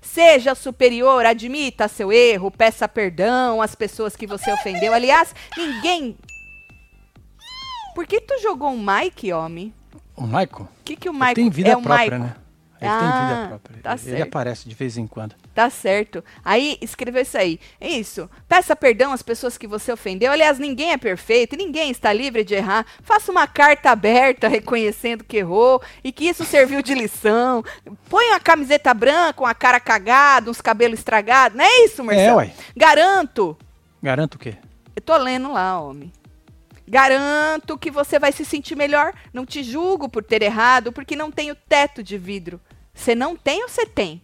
Speaker 2: Seja superior, admita seu erro, peça perdão às pessoas que você ofendeu. Aliás, ninguém Por que tu jogou um Mike, homem?
Speaker 1: O Maico?
Speaker 2: O que, que o
Speaker 1: Ele
Speaker 2: Mike
Speaker 1: tem vida
Speaker 2: é o
Speaker 1: própria,
Speaker 2: Maico?
Speaker 1: né? Ele tem
Speaker 2: Ah,
Speaker 1: vida própria.
Speaker 2: tá
Speaker 1: ele
Speaker 2: certo.
Speaker 1: aparece de vez em quando.
Speaker 2: Tá certo. Aí escreveu isso aí. É Isso. Peça perdão às pessoas que você ofendeu. Aliás, ninguém é perfeito, ninguém está livre de errar. Faça uma carta aberta [LAUGHS] reconhecendo que errou e que isso serviu de lição. Põe uma camiseta branca, uma cara cagada, uns cabelos estragados. Não é isso,
Speaker 1: É,
Speaker 2: Marcelo?
Speaker 1: uai.
Speaker 2: Garanto.
Speaker 1: Garanto o quê?
Speaker 2: Eu tô lendo lá, homem. Garanto que você vai se sentir melhor. Não te julgo por ter errado, porque não tenho teto de vidro. Você não tem ou você tem?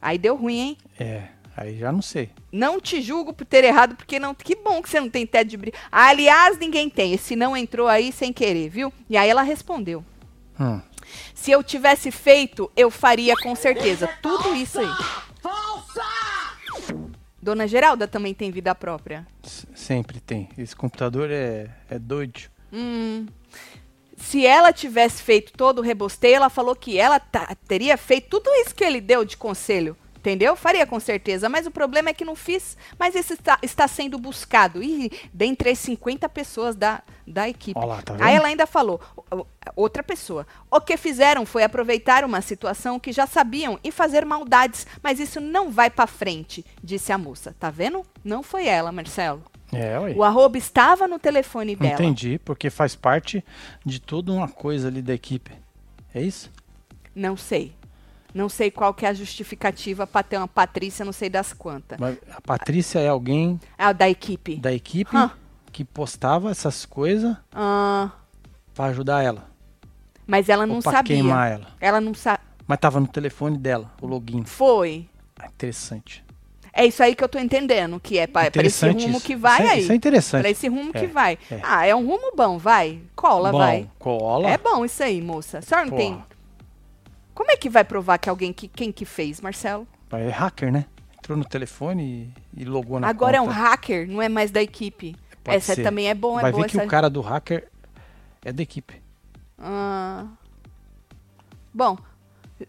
Speaker 2: Aí deu ruim, hein?
Speaker 1: É, aí já não sei.
Speaker 2: Não te julgo por ter errado, porque não. Que bom que você não tem teto de brilho. Aliás, ninguém tem. Esse não entrou aí sem querer, viu? E aí ela respondeu:
Speaker 1: Hum.
Speaker 2: Se eu tivesse feito, eu faria com certeza. Tudo isso aí. Dona Geralda também tem vida própria.
Speaker 1: S- Sempre tem. Esse computador é, é doido.
Speaker 2: Se ela tivesse feito todo o rebosteio, ela falou que ela tá- teria feito tudo isso que ele deu de conselho. Entendeu? Faria com certeza, mas o problema é que não fiz. Mas esse está, está sendo buscado. E dentre as 50 pessoas da, da equipe.
Speaker 1: Ó lá, tá vendo?
Speaker 2: Aí ela ainda falou, o- o- outra pessoa. O que fizeram foi aproveitar uma situação que já sabiam e fazer maldades, mas isso não vai pra frente, disse a moça. Tá vendo? Não foi ela, Marcelo.
Speaker 1: É, ué.
Speaker 2: O arroba estava no telefone dela.
Speaker 1: Entendi, porque faz parte de toda uma coisa ali da equipe. É isso?
Speaker 2: Não sei. Não sei qual que é a justificativa para ter uma Patrícia, não sei das quantas.
Speaker 1: Mas a Patrícia é alguém
Speaker 2: Ah, da equipe.
Speaker 1: da equipe
Speaker 2: Hã.
Speaker 1: que postava essas coisas
Speaker 2: Ah,
Speaker 1: pra ajudar ela.
Speaker 2: mas ela
Speaker 1: ou
Speaker 2: não
Speaker 1: pra
Speaker 2: sabia.
Speaker 1: queimar ela.
Speaker 2: Ela não sabe.
Speaker 1: Mas tava no telefone dela, o login.
Speaker 2: Foi.
Speaker 1: Ah, Interessante.
Speaker 2: É isso aí que eu tô entendendo, que é para esse
Speaker 1: Interessante
Speaker 2: rumo
Speaker 1: isso.
Speaker 2: que vai
Speaker 1: Isso é-
Speaker 2: aí.
Speaker 1: isso é interessante.
Speaker 2: Pra esse rumo
Speaker 1: É,
Speaker 2: que vai.
Speaker 1: é.
Speaker 2: Ah, é um rumo bom, vai. Cola,
Speaker 1: Bom,
Speaker 2: vai.
Speaker 1: cola.
Speaker 2: É bom isso aí, moça. A senhora não
Speaker 1: Porra.
Speaker 2: tem. Como é que vai provar que alguém que quem que fez, Marcelo?
Speaker 1: É hacker, né? Entrou no telefone e, e logou na
Speaker 2: Agora é um
Speaker 1: conta.
Speaker 2: hacker, não é mais da equipe.
Speaker 1: Pode
Speaker 2: essa
Speaker 1: ser.
Speaker 2: também é bom, é
Speaker 1: Vai
Speaker 2: boa
Speaker 1: ver que
Speaker 2: essa.
Speaker 1: o cara do hacker é da equipe.
Speaker 2: Ah. Bom,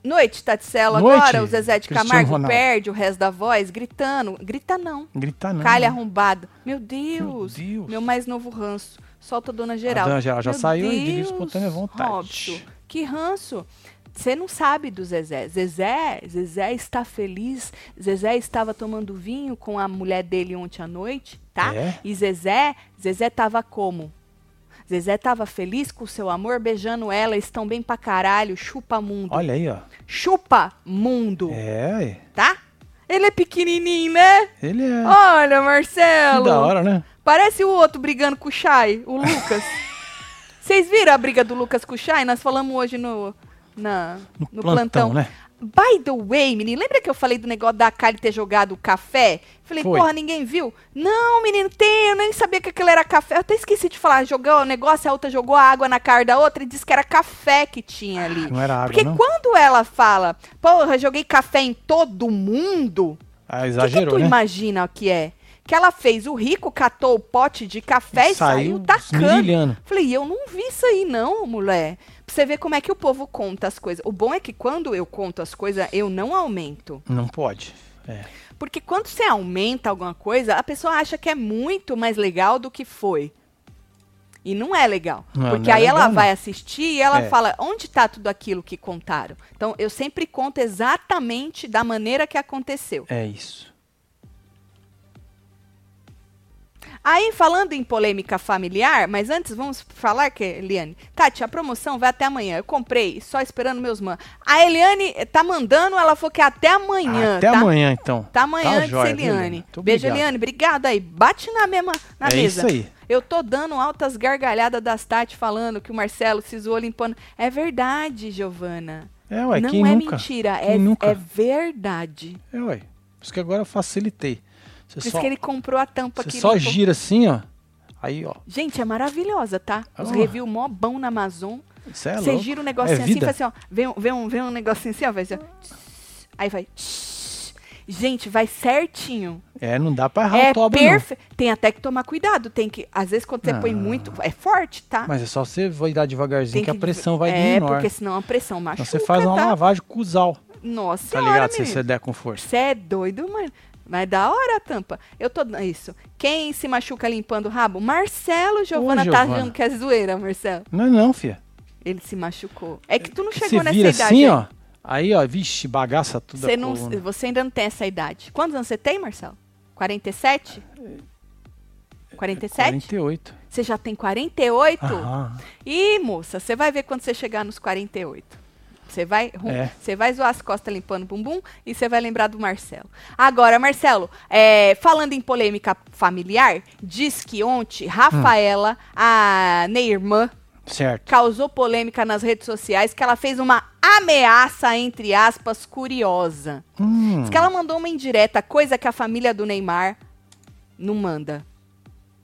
Speaker 2: noite, Taticelo.
Speaker 1: Noite,
Speaker 2: Agora o Zezé de
Speaker 1: Cristiano
Speaker 2: Camargo
Speaker 1: Ronaldo.
Speaker 2: perde o resto da voz gritando. Grita não.
Speaker 1: Gritar não.
Speaker 2: Calha
Speaker 1: né?
Speaker 2: arrombado. Meu Deus,
Speaker 1: Meu Deus.
Speaker 2: mais novo ranço. Solta a dona Geral.
Speaker 1: dona Geralda já
Speaker 2: Meu
Speaker 1: saiu e diria
Speaker 2: Deus,
Speaker 1: espontânea vontade.
Speaker 2: Robson, que ranço. Você não sabe do Zezé. Zezé, Zezé está feliz. Zezé estava tomando vinho com a mulher dele ontem à noite, tá?
Speaker 1: É?
Speaker 2: E Zezé, Zezé estava como? Zezé estava feliz com o seu amor, beijando ela, estão bem pra caralho, chupa mundo.
Speaker 1: Olha aí, ó.
Speaker 2: Chupa mundo,
Speaker 1: É, é.
Speaker 2: tá? Ele é pequenininho, né?
Speaker 1: ele é.
Speaker 2: Olha, Marcelo.
Speaker 1: que da hora, né?
Speaker 2: Parece o outro brigando com o Shai, o
Speaker 1: [LAUGHS]
Speaker 2: Lucas. Vocês viram a briga do Lucas com o Shai? Nós falamos hoje no, na,
Speaker 1: No
Speaker 2: no,
Speaker 1: plantão,
Speaker 2: plantão.
Speaker 1: né?
Speaker 2: By the way, menino, lembra que eu falei do negócio da Kali ter jogado o café? Falei,
Speaker 1: Foi.
Speaker 2: porra, ninguém viu? Não, menino, tem, eu nem sabia que aquilo era café. Eu até esqueci de falar, jogou o negócio, a outra jogou a água na cara da outra e disse que era café que tinha ali.
Speaker 1: Não era água,
Speaker 2: Porque
Speaker 1: Ah, não?
Speaker 2: quando ela fala, porra, joguei café em todo mundo,
Speaker 1: Ah,
Speaker 2: o que que,
Speaker 1: exagerou,
Speaker 2: tu
Speaker 1: né?
Speaker 2: imagina que é? Que ela fez, o rico catou o pote de café e, saiu, tacando.
Speaker 1: esmirilhando.
Speaker 2: Falei, eu não vi isso aí não, mulher. Pra você ver como é que o povo conta as coisas. O bom é que quando eu conto as coisas, eu não aumento.
Speaker 1: Não pode. É.
Speaker 2: Porque quando você aumenta alguma coisa, a pessoa acha que é muito mais legal do que foi. E não é legal.
Speaker 1: Não,
Speaker 2: porque
Speaker 1: não é
Speaker 2: aí ela
Speaker 1: legal, não.
Speaker 2: vai assistir e ela
Speaker 1: É.
Speaker 2: fala, onde tá tudo aquilo que contaram? Então, eu sempre conto exatamente da maneira que aconteceu.
Speaker 1: É isso.
Speaker 2: Aí, falando em polêmica familiar, mas antes vamos falar que, Eliane, Tati, a promoção vai até amanhã. Eu comprei, só esperando meus man. A Eliane eh, tá mandando, ela falou que é até amanhã,
Speaker 1: Até
Speaker 2: tá?
Speaker 1: amanhã, então.
Speaker 2: Tá amanhã, antes,
Speaker 1: joia, viu,
Speaker 2: Eliane.
Speaker 1: Helena? Muito
Speaker 2: Beijo,
Speaker 1: obrigado.
Speaker 2: Eliane. Obrigada aí. Bate na mesma na
Speaker 1: É
Speaker 2: mesa.
Speaker 1: isso aí.
Speaker 2: Eu tô dando altas gargalhadas das Tati falando que o Marcelo se zoou limpando. É verdade, Giovana.
Speaker 1: É, ué,
Speaker 2: Não
Speaker 1: quem
Speaker 2: é
Speaker 1: nunca?
Speaker 2: mentira,
Speaker 1: Quem
Speaker 2: é,
Speaker 1: nunca?
Speaker 2: é verdade.
Speaker 1: É, ué. Por isso que agora eu facilitei. Você
Speaker 2: Por isso
Speaker 1: só,
Speaker 2: que ele tá comprou a tampa
Speaker 1: você
Speaker 2: que
Speaker 1: só
Speaker 2: limpou.
Speaker 1: gira assim, ó. Aí, ó.
Speaker 2: Gente, é maravilhosa, tá? Os
Speaker 1: Ah.
Speaker 2: reviews mó bom na Amazon.
Speaker 1: Isso é
Speaker 2: Você
Speaker 1: louco.
Speaker 2: gira um
Speaker 1: É
Speaker 2: negocinho assim,
Speaker 1: vida.
Speaker 2: faz assim, ó. Vem, um- vem, um, vem um negocinho assim, ó. Vai assim, ó. Tss. Aí vai. tss. Gente, vai certinho.
Speaker 1: É, não dá pra errar
Speaker 2: é
Speaker 1: o toba, não.
Speaker 2: perfe- Tem até que tomar cuidado. Tem que. Às vezes, quando você põe
Speaker 1: Ah.
Speaker 2: muito. É forte, tá?
Speaker 1: Mas é só você vai dar
Speaker 2: tem
Speaker 1: devagarzinho que, a pressão vai
Speaker 2: É,
Speaker 1: diminuir.
Speaker 2: porque senão a pressão machuca.
Speaker 1: Então você faz uma
Speaker 2: tá?
Speaker 1: lavagem cusal,
Speaker 2: Nossa
Speaker 1: tá
Speaker 2: senhora,
Speaker 1: ligado? Se
Speaker 2: menino.
Speaker 1: você der com força.
Speaker 2: Você é doido, mano. Mas da hora a tampa. Eu tô. Isso. Quem se machuca limpando o rabo? Marcelo Giovana tá
Speaker 1: Giovana.
Speaker 2: achando que é zoeira, Marcelo.
Speaker 1: Não, é não, filha.
Speaker 2: Ele se machucou. É que tu não
Speaker 1: Você
Speaker 2: chegou nessa
Speaker 1: vira
Speaker 2: idade. né?
Speaker 1: assim, ó. Aí, ó, vixe, bagaça tudo né?
Speaker 2: Você,
Speaker 1: a
Speaker 2: não,
Speaker 1: coluna.
Speaker 2: você ainda não tem essa idade. Quantos anos você tem, Marcelo? 47?
Speaker 1: É,
Speaker 2: 47?
Speaker 1: 48.
Speaker 2: Você já tem 48?
Speaker 1: é, Aham.
Speaker 2: Ih, moça, você vai ver quando você chegar nos 48. Você vai, rum-
Speaker 1: É.
Speaker 2: você vai zoar as costas limpando o bumbum e você vai lembrar do Marcelo. Agora, Marcelo, é, falando em polêmica familiar, diz que ontem
Speaker 1: Hum.
Speaker 2: Rafaela, a Neirmã,
Speaker 1: Certo.
Speaker 2: causou polêmica nas redes sociais que ela fez uma ameaça, entre aspas, curiosa.
Speaker 1: Hum,
Speaker 2: Diz que ela mandou uma indireta, coisa que a família do Neymar não manda,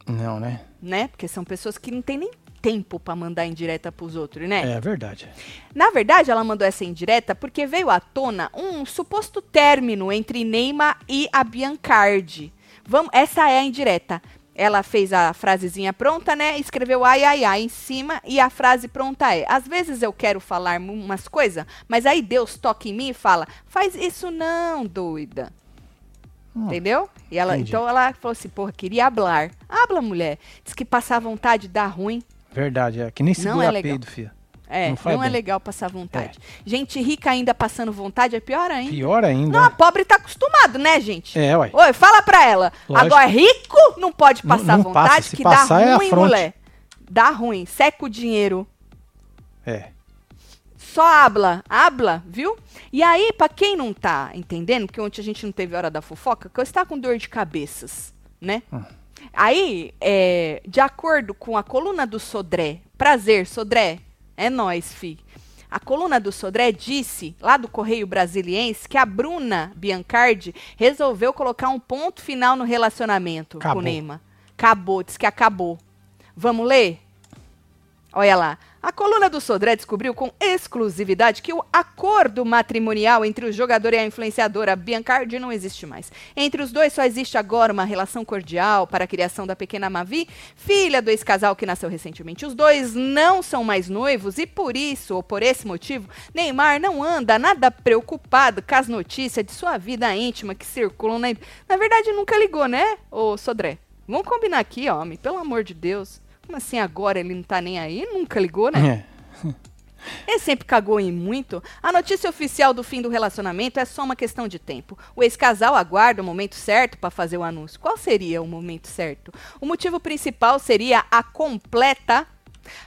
Speaker 1: não, né?
Speaker 2: né? Porque são pessoas que não têm nem tempo pra mandar indireta pros outros, né?
Speaker 1: É verdade.
Speaker 2: Na verdade, ela mandou essa indireta porque veio à tona um suposto término entre Neymar e a Biancardi. Vamos, essa é a indireta. Ela fez a frasezinha pronta, né? Escreveu ai ai ai em cima e a frase pronta é: Às vezes eu quero falar mu- umas coisas, mas aí Deus toca em mim e fala: "Faz isso não, doida". Entendeu? E ela,
Speaker 1: entendi.
Speaker 2: então ela falou assim: "Porra, queria hablar". Habla, mulher. Diz que passar vontade dá ruim.
Speaker 1: Verdade, é que nem
Speaker 2: Não
Speaker 1: segura
Speaker 2: é legal.
Speaker 1: peido, filha.
Speaker 2: É,
Speaker 1: Não
Speaker 2: não,
Speaker 1: faz
Speaker 2: é
Speaker 1: bem. É.
Speaker 2: legal passar vontade. Gente rica ainda passando vontade é pior ainda.
Speaker 1: Pior ainda.
Speaker 2: Não, a pobre tá acostumado, né, gente?
Speaker 1: É, uai.
Speaker 2: Oi, fala pra ela.
Speaker 1: Lógico.
Speaker 2: Agora, rico não pode
Speaker 1: Não-
Speaker 2: passar
Speaker 1: não
Speaker 2: vontade,
Speaker 1: passa. Se
Speaker 2: que
Speaker 1: passar, é
Speaker 2: dá ruim,
Speaker 1: afronte.
Speaker 2: mulher. Dá ruim, seca o dinheiro.
Speaker 1: É.
Speaker 2: Só habla, habla, viu? E aí, pra quem não tá entendendo, porque ontem a gente não teve hora da fofoca, que eu estava com dor de cabeças, né? Aí, é, de acordo com a coluna do Sodré, prazer, Sodré, é nós, fi. A coluna do Sodré disse, lá do Correio Brasiliense, que a Bruna Biancardi resolveu colocar um ponto final no relacionamento com
Speaker 1: Acabou.
Speaker 2: o Neymar. Acabou, diz que acabou. Vamos ler? Olha lá. A coluna do Sodré descobriu com exclusividade que o acordo matrimonial entre o jogador e a influenciadora Biancardi não existe mais. Entre os dois só existe agora uma relação cordial para a criação da pequena Mavi, filha do ex-casal que nasceu recentemente. Os dois não são mais noivos e por isso, ou por esse motivo, Neymar não anda nada preocupado com as notícias de sua vida íntima que circulam na... Na verdade, nunca ligou, né, ô Sodré? Vamos combinar aqui, homem, pelo amor de Deus. Como assim agora ele não tá nem aí? Nunca ligou, né?
Speaker 1: É.
Speaker 2: Ele sempre cagou em muito. A notícia oficial do fim do relacionamento é só uma questão de tempo. O ex-casal aguarda o momento certo para fazer o anúncio. Qual seria o momento certo? O motivo principal seria a completa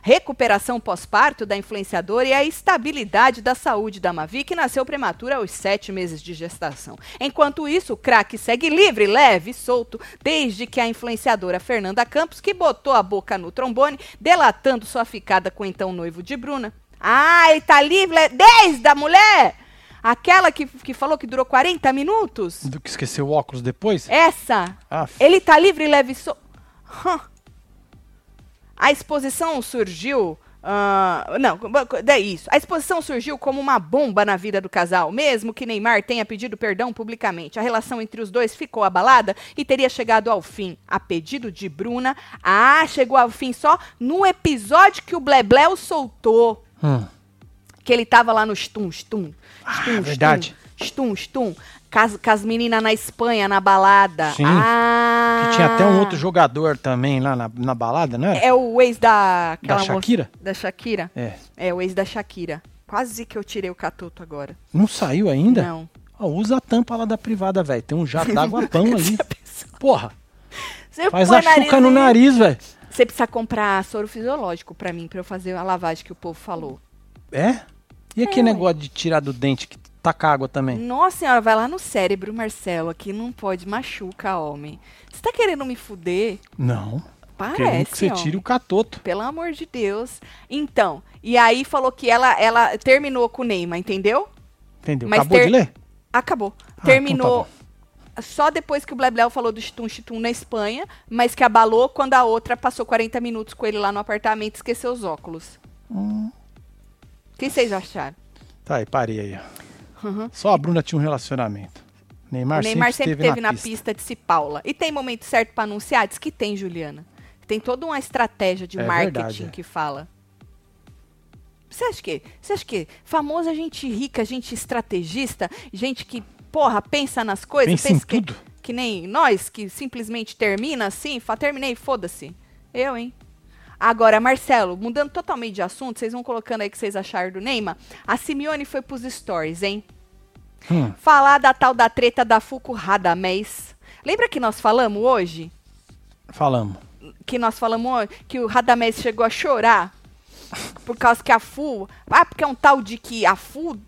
Speaker 2: recuperação pós-parto da influenciadora e a estabilidade da saúde da Mavi, que nasceu prematura aos sete meses de gestação. Enquanto isso, o craque segue livre, leve e solto, desde que a influenciadora Fernanda Campos, que botou a boca no trombone, delatando sua ficada com o então noivo de Bruna. Ah, ele tá livre é desde a mulher! Aquela que, que falou que durou 40 minutos?
Speaker 1: Do que esqueceu o óculos depois?
Speaker 2: É. Essa?
Speaker 1: Ah,
Speaker 2: Ele tá livre, leve e so... Hã. A exposição surgiu. ah, não, é isso. A exposição surgiu como uma bomba na vida do casal, mesmo que Neymar tenha pedido perdão publicamente. A relação entre os dois ficou abalada e teria chegado ao fim. A pedido de Bruna, ah, chegou ao fim só no episódio que o Blebleu soltou.
Speaker 1: Hum.
Speaker 2: Que ele tava lá no Stum, Stum. Stum,
Speaker 1: Ah, verdade.
Speaker 2: Stum, Stum. Com as meninas na Espanha, na balada.
Speaker 1: Sim.
Speaker 2: Ah,
Speaker 1: Que tinha até um outro jogador também lá na, na balada, não era?
Speaker 2: É o ex da...
Speaker 1: Da
Speaker 2: aquela moça-
Speaker 1: Shakira?
Speaker 2: da Shakira.
Speaker 1: É.
Speaker 2: É, o ex da Shakira. Quase que eu tirei o catuto agora.
Speaker 1: Não saiu ainda?
Speaker 2: Não.
Speaker 1: Ó, usa a tampa lá da privada, velho. Tem um
Speaker 2: [LAUGHS]
Speaker 1: jato d'água pão ali.
Speaker 2: Essa pessoa- [LAUGHS]
Speaker 1: Porra,
Speaker 2: Você
Speaker 1: faz
Speaker 2: põe
Speaker 1: a chuca no
Speaker 2: em-
Speaker 1: nariz, velho.
Speaker 2: Você precisa comprar soro fisiológico pra mim, pra eu fazer a lavagem que o povo falou.
Speaker 1: É? E aquele negócio de tirar do dente que taca água também?
Speaker 2: Nossa senhora, vai lá no cérebro, Marcelo. Aqui não pode, machuca, homem. Você tá querendo me fuder?
Speaker 1: Não. Querendo
Speaker 2: Parece,
Speaker 1: que você
Speaker 2: ó.
Speaker 1: tire o catoto.
Speaker 2: Pelo amor de Deus. Então, e aí falou que ela, ela terminou com o Neymar, entendeu?
Speaker 1: Entendeu?
Speaker 2: Mas
Speaker 1: Acabou
Speaker 2: ter-
Speaker 1: de ler?
Speaker 2: Acabou.
Speaker 1: Ah,
Speaker 2: Terminou
Speaker 1: então tá
Speaker 2: só depois que o Blebleu falou do Stum Chitum na Espanha, mas que abalou quando a outra passou 40 minutos com ele lá no apartamento e esqueceu os óculos.
Speaker 1: Hum.
Speaker 2: O que vocês acharam?
Speaker 1: Tá aí, parei aí. ó. Só a Bruna tinha um relacionamento.
Speaker 2: o
Speaker 1: Neymar,
Speaker 2: Uhum. Neymar sempre
Speaker 1: sempre, esteve
Speaker 2: teve na, pista. de si Paula. E tem momento certo pra anunciar? Diz que tem, Juliana. Tem toda uma estratégia de
Speaker 1: É
Speaker 2: marketing
Speaker 1: verdade, é.
Speaker 2: que fala. Você acha que? Você acha que? é Famosa gente rica, gente estrategista, gente que, porra, pensa nas coisas,
Speaker 1: Pensa em
Speaker 2: que-
Speaker 1: tudo.
Speaker 2: que nem nós, que simplesmente termina assim, fala, terminei, foda-se. Eu, hein? Agora, Marcelo, mudando totalmente de assunto, vocês vão colocando aí o que vocês acharam do Neymar. A Simeone foi pros stories, hein?
Speaker 1: Hum.
Speaker 2: Falar da tal da treta da Fuku Radamés. Lembra que nós falamos hoje?
Speaker 1: Falamos.
Speaker 2: Que nós falamos hoje que o Radamés chegou a chorar por causa que a Fu. Ah, porque é um tal de que a Fu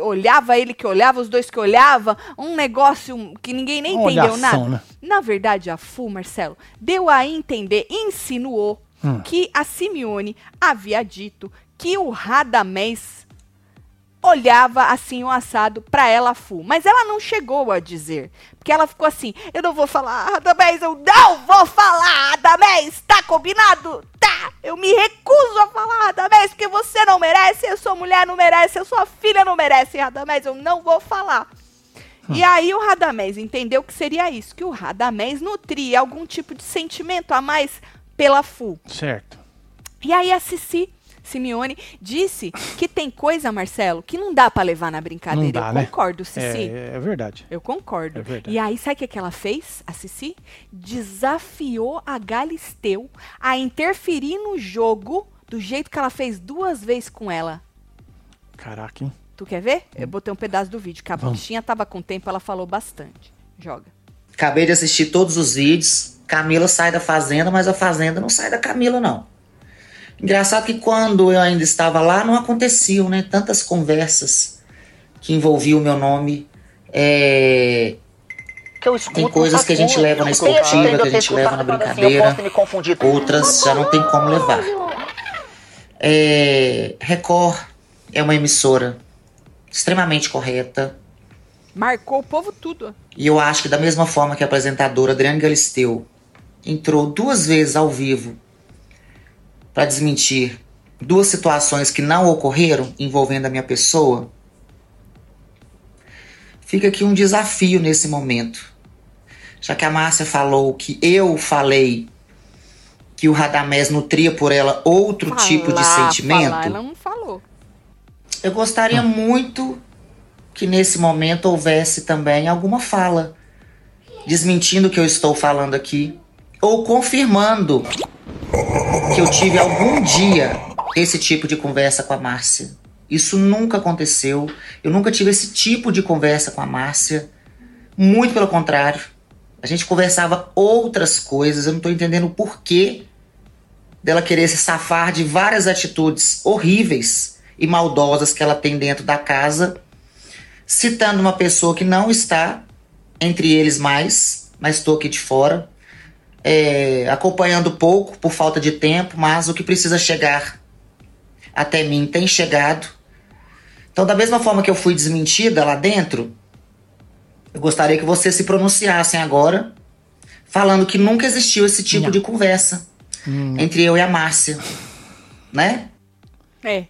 Speaker 2: olhava ele que olhava, os dois que olhava, um negócio que ninguém nem
Speaker 1: Uma
Speaker 2: entendeu
Speaker 1: olhação,
Speaker 2: nada.
Speaker 1: né?
Speaker 2: Na verdade, a Fu, Marcelo, deu a entender, insinuou
Speaker 1: Hum.
Speaker 2: que a Simeone havia dito que o Radamés olhava assim o assado pra ela, Fu. Mas ela não chegou a dizer. Porque ela ficou assim, eu não vou falar, Radamés, eu não vou falar, Radamés, tá combinado? Tá, eu me recuso a falar, Radamés, porque você não merece, a sua mulher não merece, a sua filha não merece, Radamés, eu não vou falar. E aí o Radamés entendeu que seria isso, que o Radamés nutria algum tipo de sentimento a mais pela Fu.
Speaker 1: Certo.
Speaker 2: E aí a Cici Simeone disse que tem coisa, Marcelo, que não dá pra levar na brincadeira.
Speaker 1: Não dá,
Speaker 2: Eu
Speaker 1: né?
Speaker 2: concordo, Cici.
Speaker 1: É, é verdade.
Speaker 2: Eu concordo.
Speaker 1: É verdade.
Speaker 2: e aí, sabe o que, que ela fez, a Cici? Desafiou a Galisteu a interferir no jogo do jeito que ela fez duas vezes com ela.
Speaker 1: Caraca, hein?
Speaker 2: Tu quer ver? Eu botei um pedaço do vídeo, que a
Speaker 1: Hum. Vamos.
Speaker 2: bichinha tava com tempo, ela falou bastante. Joga.
Speaker 4: Acabei de assistir todos os vídeos. Camila sai da fazenda, mas a fazenda não sai da Camila, não. Engraçado que quando eu ainda estava lá, não aconteciam, né? Tantas conversas que envolviam o meu nome. É,
Speaker 5: que eu escuto, assim,
Speaker 4: Tem coisas que a gente leva na
Speaker 5: escuta,
Speaker 4: esportiva,
Speaker 5: entendeu?
Speaker 4: que a gente
Speaker 5: Escutar
Speaker 4: leva na
Speaker 5: fala assim,
Speaker 4: brincadeira.
Speaker 5: eu posso me confundir com
Speaker 4: outras já não tem como levar. É, Record é uma emissora extremamente correta.
Speaker 2: Marcou o povo tudo. ó.
Speaker 4: E eu acho que da mesma forma que a apresentadora Adriane Galisteu entrou duas vezes ao vivo para desmentir duas situações que não ocorreram envolvendo a minha pessoa, fica aqui um desafio nesse momento. Já que a Márcia falou que eu falei que o Radamés nutria por ela outro tipo de
Speaker 2: Falar,
Speaker 4: sentimento,
Speaker 2: falar, ela não falou.
Speaker 4: eu gostaria muito que nesse momento houvesse também alguma fala desmentindo o que eu estou falando aqui ou confirmando que eu tive algum dia esse tipo de conversa com a Márcia. Isso nunca aconteceu. Eu nunca tive esse tipo de conversa com a Márcia. Muito pelo contrário. A gente conversava outras coisas. Eu não estou entendendo o porquê dela querer se safar de várias atitudes horríveis e maldosas que ela tem dentro da casa, citando uma pessoa que não está entre eles mais, mas estou aqui de fora, é, acompanhando pouco por falta de tempo, mas o que precisa chegar até mim tem chegado. Então, da mesma forma que eu fui desmentida lá dentro, eu gostaria que vocês se pronunciassem agora, falando que nunca existiu esse tipo
Speaker 1: Não.
Speaker 4: de conversa entre eu e a Márcia, né?
Speaker 2: É.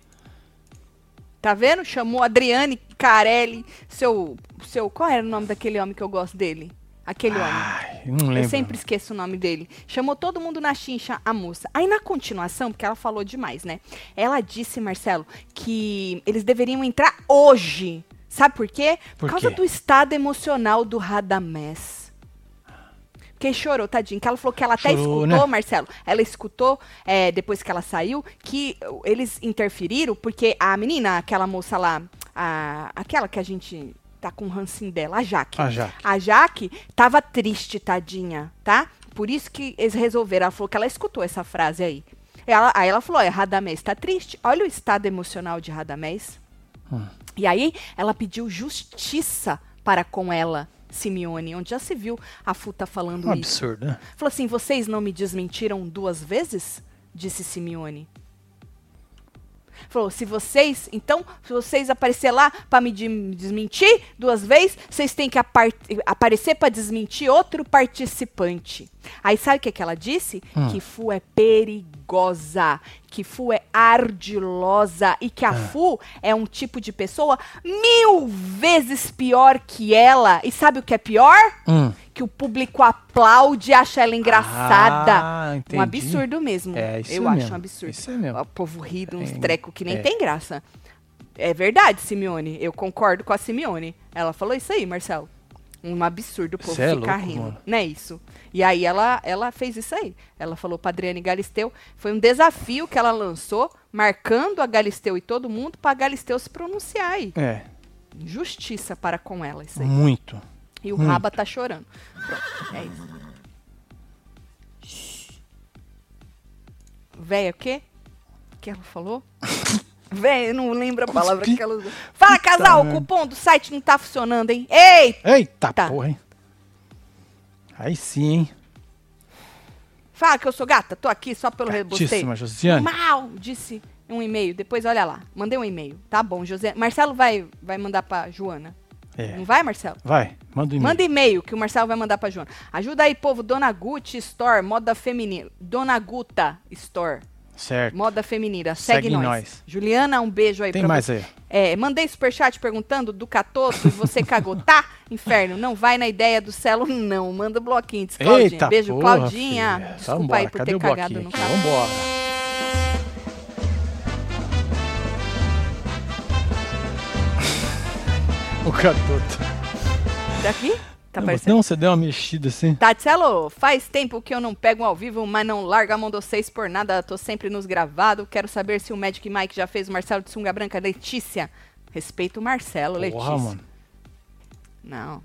Speaker 2: Tá vendo? Chamou Adriane Carelli, seu. seu qual era o nome daquele homem que eu gosto dele? Aquele homem.
Speaker 1: Ai, Ah, eu não lembro.
Speaker 2: Eu sempre esqueço o nome dele. Chamou todo mundo na chincha, a moça. Aí na continuação, porque ela falou demais, né? Ela disse, Marcelo, que eles deveriam entrar hoje. Sabe por quê?
Speaker 1: Por
Speaker 2: causa
Speaker 1: quê?
Speaker 2: do estado emocional do Radamés. Porque chorou, tadinho. Que ela falou que ela até
Speaker 1: Chorou,
Speaker 2: escutou,
Speaker 1: né?
Speaker 2: Marcelo. Ela escutou, é, depois que ela saiu, que uh, eles interferiram, porque a menina, aquela moça lá, a- aquela que a gente tá com o rancinho dela, a Jaque.
Speaker 1: Ah, já.
Speaker 2: A Jaque tava triste, tadinha, tá? Por isso que eles resolveram. Ela falou que ela escutou essa frase aí. Ela- aí ela falou: olha, Radamés tá triste. Olha o estado emocional de Radamés. E aí ela pediu justiça para com ela, Simeone, onde já se viu a Futa falando
Speaker 1: Um
Speaker 2: isso.
Speaker 1: absurdo, né?
Speaker 2: Falou assim: vocês não me desmentiram duas vezes? Disse Simeone. Falou: se vocês, então, se vocês aparecer lá para me de- desmentir duas vezes, vocês têm que apar- aparecer para desmentir outro participante. Aí sabe o que, que ela disse? Que Fu é perigosa, que Fu é ardilosa e que a Fu é um tipo de pessoa mil vezes pior que ela. E sabe o que é pior?
Speaker 1: Hum.
Speaker 2: que o público aplaude e acha ela engraçada.
Speaker 1: Ah, entendi.
Speaker 2: um absurdo mesmo.
Speaker 1: É, isso
Speaker 2: Eu
Speaker 1: mesmo.
Speaker 2: acho um absurdo.
Speaker 1: Isso é mesmo.
Speaker 2: O povo ri de uns
Speaker 1: É,
Speaker 2: treco que nem
Speaker 1: é.
Speaker 2: tem graça. É verdade, Simeone. Eu concordo com a Simeone. Ela falou isso aí, Marcelo. Um absurdo o povo
Speaker 1: Cê é
Speaker 2: ficar
Speaker 1: louco,
Speaker 2: rindo.
Speaker 1: mano.
Speaker 2: Não é isso. E aí ela, ela fez isso aí. Ela falou pra Adriane Galisteu. Foi um desafio que ela lançou, marcando a Galisteu e todo mundo, pra Galisteu se pronunciar aí.
Speaker 1: É,
Speaker 2: Injustiça para com ela isso aí.
Speaker 1: muito.
Speaker 2: E o
Speaker 1: muito.
Speaker 2: Raba tá chorando. Pronto, é isso. Véia, o quê? O que ela
Speaker 1: [LAUGHS]
Speaker 2: falou? Véia, eu não lembro a palavra
Speaker 1: Cuspi.
Speaker 2: que ela usou. Fala,
Speaker 1: Puta
Speaker 2: casal, o
Speaker 1: merda.
Speaker 2: cupom do site não tá funcionando, hein? Ei!
Speaker 1: Eita
Speaker 2: Tá.
Speaker 1: porra, hein? Aí sim, hein?
Speaker 2: Fala que eu sou gata, tô aqui só pelo rebosteio.
Speaker 1: Gatíssima, Josiane.
Speaker 2: Mal, disse um e-mail. Depois olha lá. Mandei um e-mail. Tá bom, José. Marcelo vai, vai mandar pra Joana.
Speaker 1: É.
Speaker 2: Não vai, Marcelo?
Speaker 1: Vai, manda um e-mail.
Speaker 2: Manda e-mail que o Marcelo vai mandar pra Joana. Ajuda aí, povo. Dona Gucci Store, moda feminina. Dona Guta Store,
Speaker 1: Certo.
Speaker 2: moda feminina. Segue,
Speaker 1: Segue
Speaker 2: nós.
Speaker 1: nós.
Speaker 2: Juliana, um beijo aí
Speaker 1: Tem
Speaker 2: pra
Speaker 1: mais
Speaker 2: você.
Speaker 1: aí.
Speaker 2: É, mandei superchat perguntando do Catoto e você cagou.
Speaker 1: [LAUGHS]
Speaker 2: Tá? Inferno, não vai na ideia do Celo, não. Manda bloquinho. Diz Claudinha.
Speaker 1: Eita
Speaker 2: beijo,
Speaker 1: porra,
Speaker 2: Claudinha.
Speaker 1: filha.
Speaker 2: Desculpa
Speaker 1: Vambora,
Speaker 2: aí por
Speaker 1: cadê
Speaker 2: ter
Speaker 1: o
Speaker 2: cagado
Speaker 1: bloquinho
Speaker 2: no
Speaker 1: aqui?
Speaker 2: carro.
Speaker 1: Vambora. [LAUGHS] O Catoto.
Speaker 2: Daqui? Tá
Speaker 1: não,
Speaker 2: aparecendo?
Speaker 1: não, você deu uma mexida assim.
Speaker 2: Tatielo, é faz tempo que eu não pego um ao vivo, mas não largo a mão de vocês por nada. Tô sempre nos gravado. Quero saber se o Magic Mike já fez o Marcelo de Sunga Branca. Letícia. Respeito o Marcelo, Letícia.
Speaker 1: Porra, mano.
Speaker 2: Não.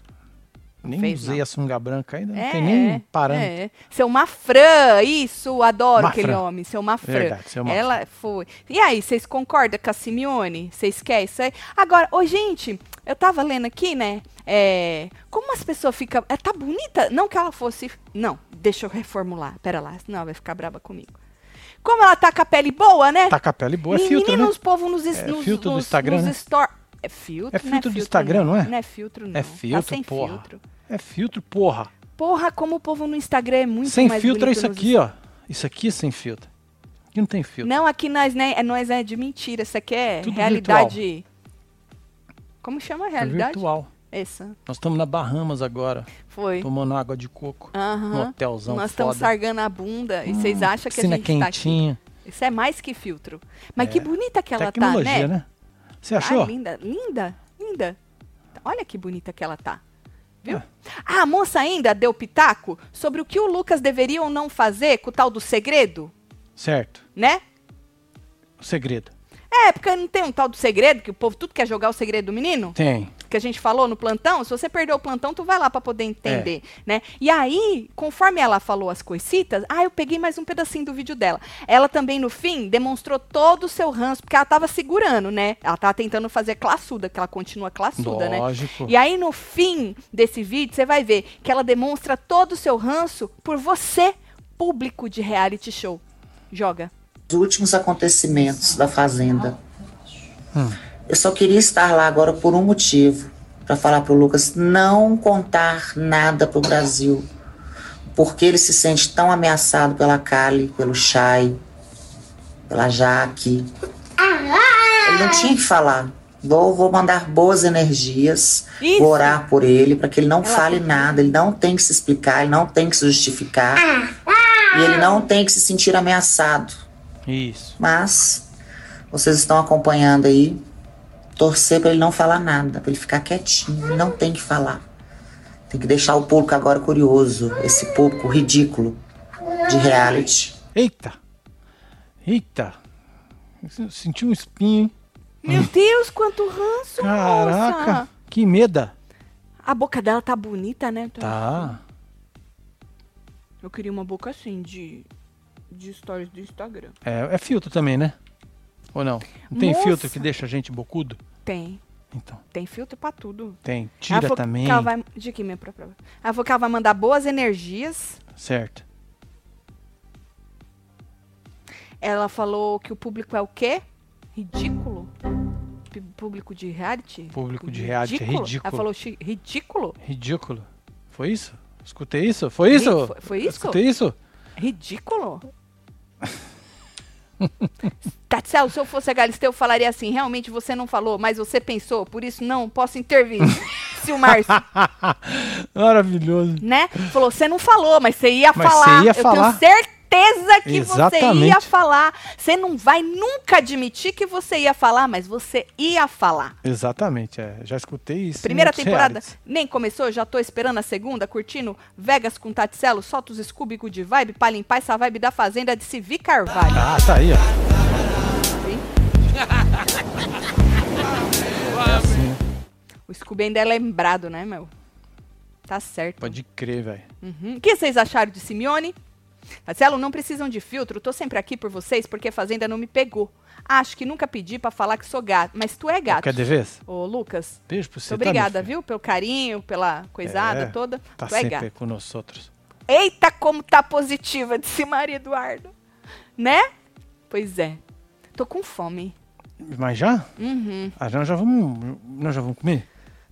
Speaker 1: Nem
Speaker 2: fez,
Speaker 1: usei
Speaker 2: não.
Speaker 1: a sunga branca ainda. Não
Speaker 2: é,
Speaker 1: tem nem
Speaker 2: é,
Speaker 1: parâmetro.
Speaker 2: é. Seu Mafran, isso, adoro
Speaker 1: Mafran. É
Speaker 2: aquele homem, seu Mafran.
Speaker 1: Verdade, seu Mafran.
Speaker 2: Ela foi. E aí, vocês concordam com a Simeone? Vocês querem isso aí? Agora, ô gente, eu tava lendo aqui, né? É, como as pessoas ficam. Ela tá bonita? Não que ela fosse. Não, deixa eu reformular. Pera lá, senão ela vai ficar braba comigo. Como ela tá com a pele boa, né?
Speaker 1: Tá com a pele boa, é
Speaker 2: Menino,
Speaker 1: filtro, né?
Speaker 2: os povos nos, es-
Speaker 1: É
Speaker 2: nos,
Speaker 1: filtro do
Speaker 2: nos-
Speaker 1: Instagram,
Speaker 2: nos
Speaker 1: né?
Speaker 2: store- É filtro,
Speaker 1: É
Speaker 2: não
Speaker 1: filtro do Instagram, não é?
Speaker 2: Não é filtro, não.
Speaker 1: É
Speaker 2: tá
Speaker 1: filtro,
Speaker 2: sem
Speaker 1: porra.
Speaker 2: filtro.
Speaker 1: É filtro, porra.
Speaker 2: Porra, como o povo no Instagram é muito
Speaker 1: sem
Speaker 2: mais
Speaker 1: filtro é
Speaker 2: bonito
Speaker 1: isso
Speaker 2: nos-
Speaker 1: aqui, ó. Isso aqui é sem filtro. Aqui não tem filtro.
Speaker 2: Não, aqui nós, né, é, nós é de mentira. Isso aqui é
Speaker 1: Tudo
Speaker 2: realidade. Como chama a
Speaker 1: é
Speaker 2: realidade?
Speaker 1: virtual.
Speaker 2: Essa.
Speaker 1: Nós estamos na Bahamas agora,
Speaker 2: Foi.
Speaker 1: tomando água de coco.
Speaker 2: Aham.
Speaker 1: Um hotelzão
Speaker 2: Nós
Speaker 1: foda. Hum,
Speaker 2: estamos sargando a bunda e vocês acham que a
Speaker 1: Piscina
Speaker 2: gente tá aqui.
Speaker 1: quentinha. É,
Speaker 2: Isso é mais que filtro. Mas que bonita que ela
Speaker 1: Tecnologia,
Speaker 2: tá, né?
Speaker 1: né? Você achou?
Speaker 2: Ah, linda, linda, linda. Olha que bonita que ela tá. Viu?
Speaker 1: É.
Speaker 2: Ah, a moça ainda deu pitaco sobre o que o Lucas deveria ou não fazer com o tal do segredo,
Speaker 1: certo.
Speaker 2: né?
Speaker 1: O segredo.
Speaker 2: É, porque não tem um tal do segredo, que o povo tudo quer jogar o segredo do menino?
Speaker 1: Tem.
Speaker 2: Que a gente falou no plantão, se você perdeu o plantão, tu vai lá pra poder
Speaker 1: É.
Speaker 2: entender, né? E aí, conforme ela falou as coisitas, ah, eu peguei mais um pedacinho do vídeo dela. Ela também, no fim, demonstrou todo o seu ranço, porque ela tava segurando, né? Ela tava tentando fazer classuda, que ela continua classuda, né?
Speaker 1: Lógico.
Speaker 2: E aí, no fim desse vídeo, você vai ver que ela demonstra todo o seu ranço por você, público de reality show. Joga.
Speaker 4: Os últimos acontecimentos da Fazenda. Eu só queria estar lá agora por um motivo. Pra falar pro Lucas não contar nada pro Brasil. Porque ele se sente tão ameaçado pela Kali, pelo Chay, pela Jaque. Ele não tinha que falar. Vou, vou mandar boas energias,
Speaker 2: Isso.
Speaker 4: vou orar por ele, pra que ele não
Speaker 2: Ela
Speaker 4: fale nada. Ele não tem que se explicar, ele não tem que se justificar.
Speaker 2: Ah,
Speaker 4: E ele não tem que se sentir ameaçado.
Speaker 1: Isso.
Speaker 4: Mas vocês estão acompanhando aí. Torcer pra ele não falar nada, pra ele ficar quietinho. Ele não tem que falar. Tem que deixar o público agora curioso. Esse público ridículo de reality.
Speaker 1: Eita. Eita. Senti um espinho, hein?
Speaker 2: Meu Deus, quanto ranço,
Speaker 1: Hum. Caraca.
Speaker 2: moça!
Speaker 1: Que meda.
Speaker 2: A boca dela tá bonita, né? Tá.
Speaker 1: Tá.
Speaker 2: Eu queria uma boca assim, de, de stories do Instagram.
Speaker 1: É, é filtro também, né? Ou não? Não tem
Speaker 2: Nossa.
Speaker 1: filtro que deixa a gente bocudo?
Speaker 2: Tem.
Speaker 1: Então,
Speaker 2: Tem filtro pra tudo.
Speaker 1: tem.
Speaker 2: Ela
Speaker 1: Tira
Speaker 2: falou que
Speaker 1: também.
Speaker 2: Ela vai, de aqui, minha própria. Ela falou que ela vai mandar boas energias.
Speaker 1: Certo.
Speaker 2: Ela falou que o público é o quê? Ridículo. P- público de reality?
Speaker 1: Público de reality, é ridículo.
Speaker 2: Ela falou chi- ridículo?
Speaker 1: Ridículo. Foi isso? Escutei isso? Foi isso?
Speaker 2: Foi- foi isso?
Speaker 1: Escutei isso? [LAUGHS]
Speaker 2: Ridículo? Tatiel, se eu fosse a Galisteu, eu falaria assim: realmente você não falou, mas você pensou, por isso não posso intervir.
Speaker 1: [LAUGHS]
Speaker 2: Se o Márcio,
Speaker 1: Maravilhoso.
Speaker 2: né? Falou: você não falou, mas você ia
Speaker 1: Mas
Speaker 2: falar.
Speaker 1: você ia
Speaker 2: eu
Speaker 1: falar.
Speaker 2: tenho certeza que você ia
Speaker 1: Exatamente.
Speaker 2: falar. Você não vai nunca admitir que você ia falar, mas você ia falar.
Speaker 1: Exatamente, é. Já escutei isso. em
Speaker 2: Primeira
Speaker 1: muitos
Speaker 2: temporada
Speaker 1: realities.
Speaker 2: nem começou, já tô esperando a segunda, curtindo Vegas com Taticelo, solta os Scooby de vibe pra limpar essa vibe da fazenda de Civi Carvalho.
Speaker 1: Ah, tá aí, ó.
Speaker 2: O Scooby ainda é lembrado, né, meu? Tá certo.
Speaker 1: Pode crer, velho.
Speaker 2: Uhum. O que vocês acharam de Simeone? Marcelo, não precisam de filtro, tô sempre aqui por vocês porque a Fazenda não me pegou. Acho que nunca pedi pra falar que sou gato, mas tu é gato.
Speaker 1: Quer dever?
Speaker 2: Ô, Lucas,
Speaker 1: Beijo pra você.
Speaker 2: muito obrigada,
Speaker 1: tá, meu filho?
Speaker 2: viu? Pelo carinho, pela coisada
Speaker 1: É,
Speaker 2: toda.
Speaker 1: Tá
Speaker 2: tu é
Speaker 1: sempre
Speaker 2: gato.
Speaker 1: com nós outros.
Speaker 2: Eita, como tá positiva, disse Maria Eduardo. Né? Pois é. Tô com fome.
Speaker 1: Mas já?
Speaker 2: Uhum.
Speaker 1: Ah, nós já vamos, nós já vamos comer?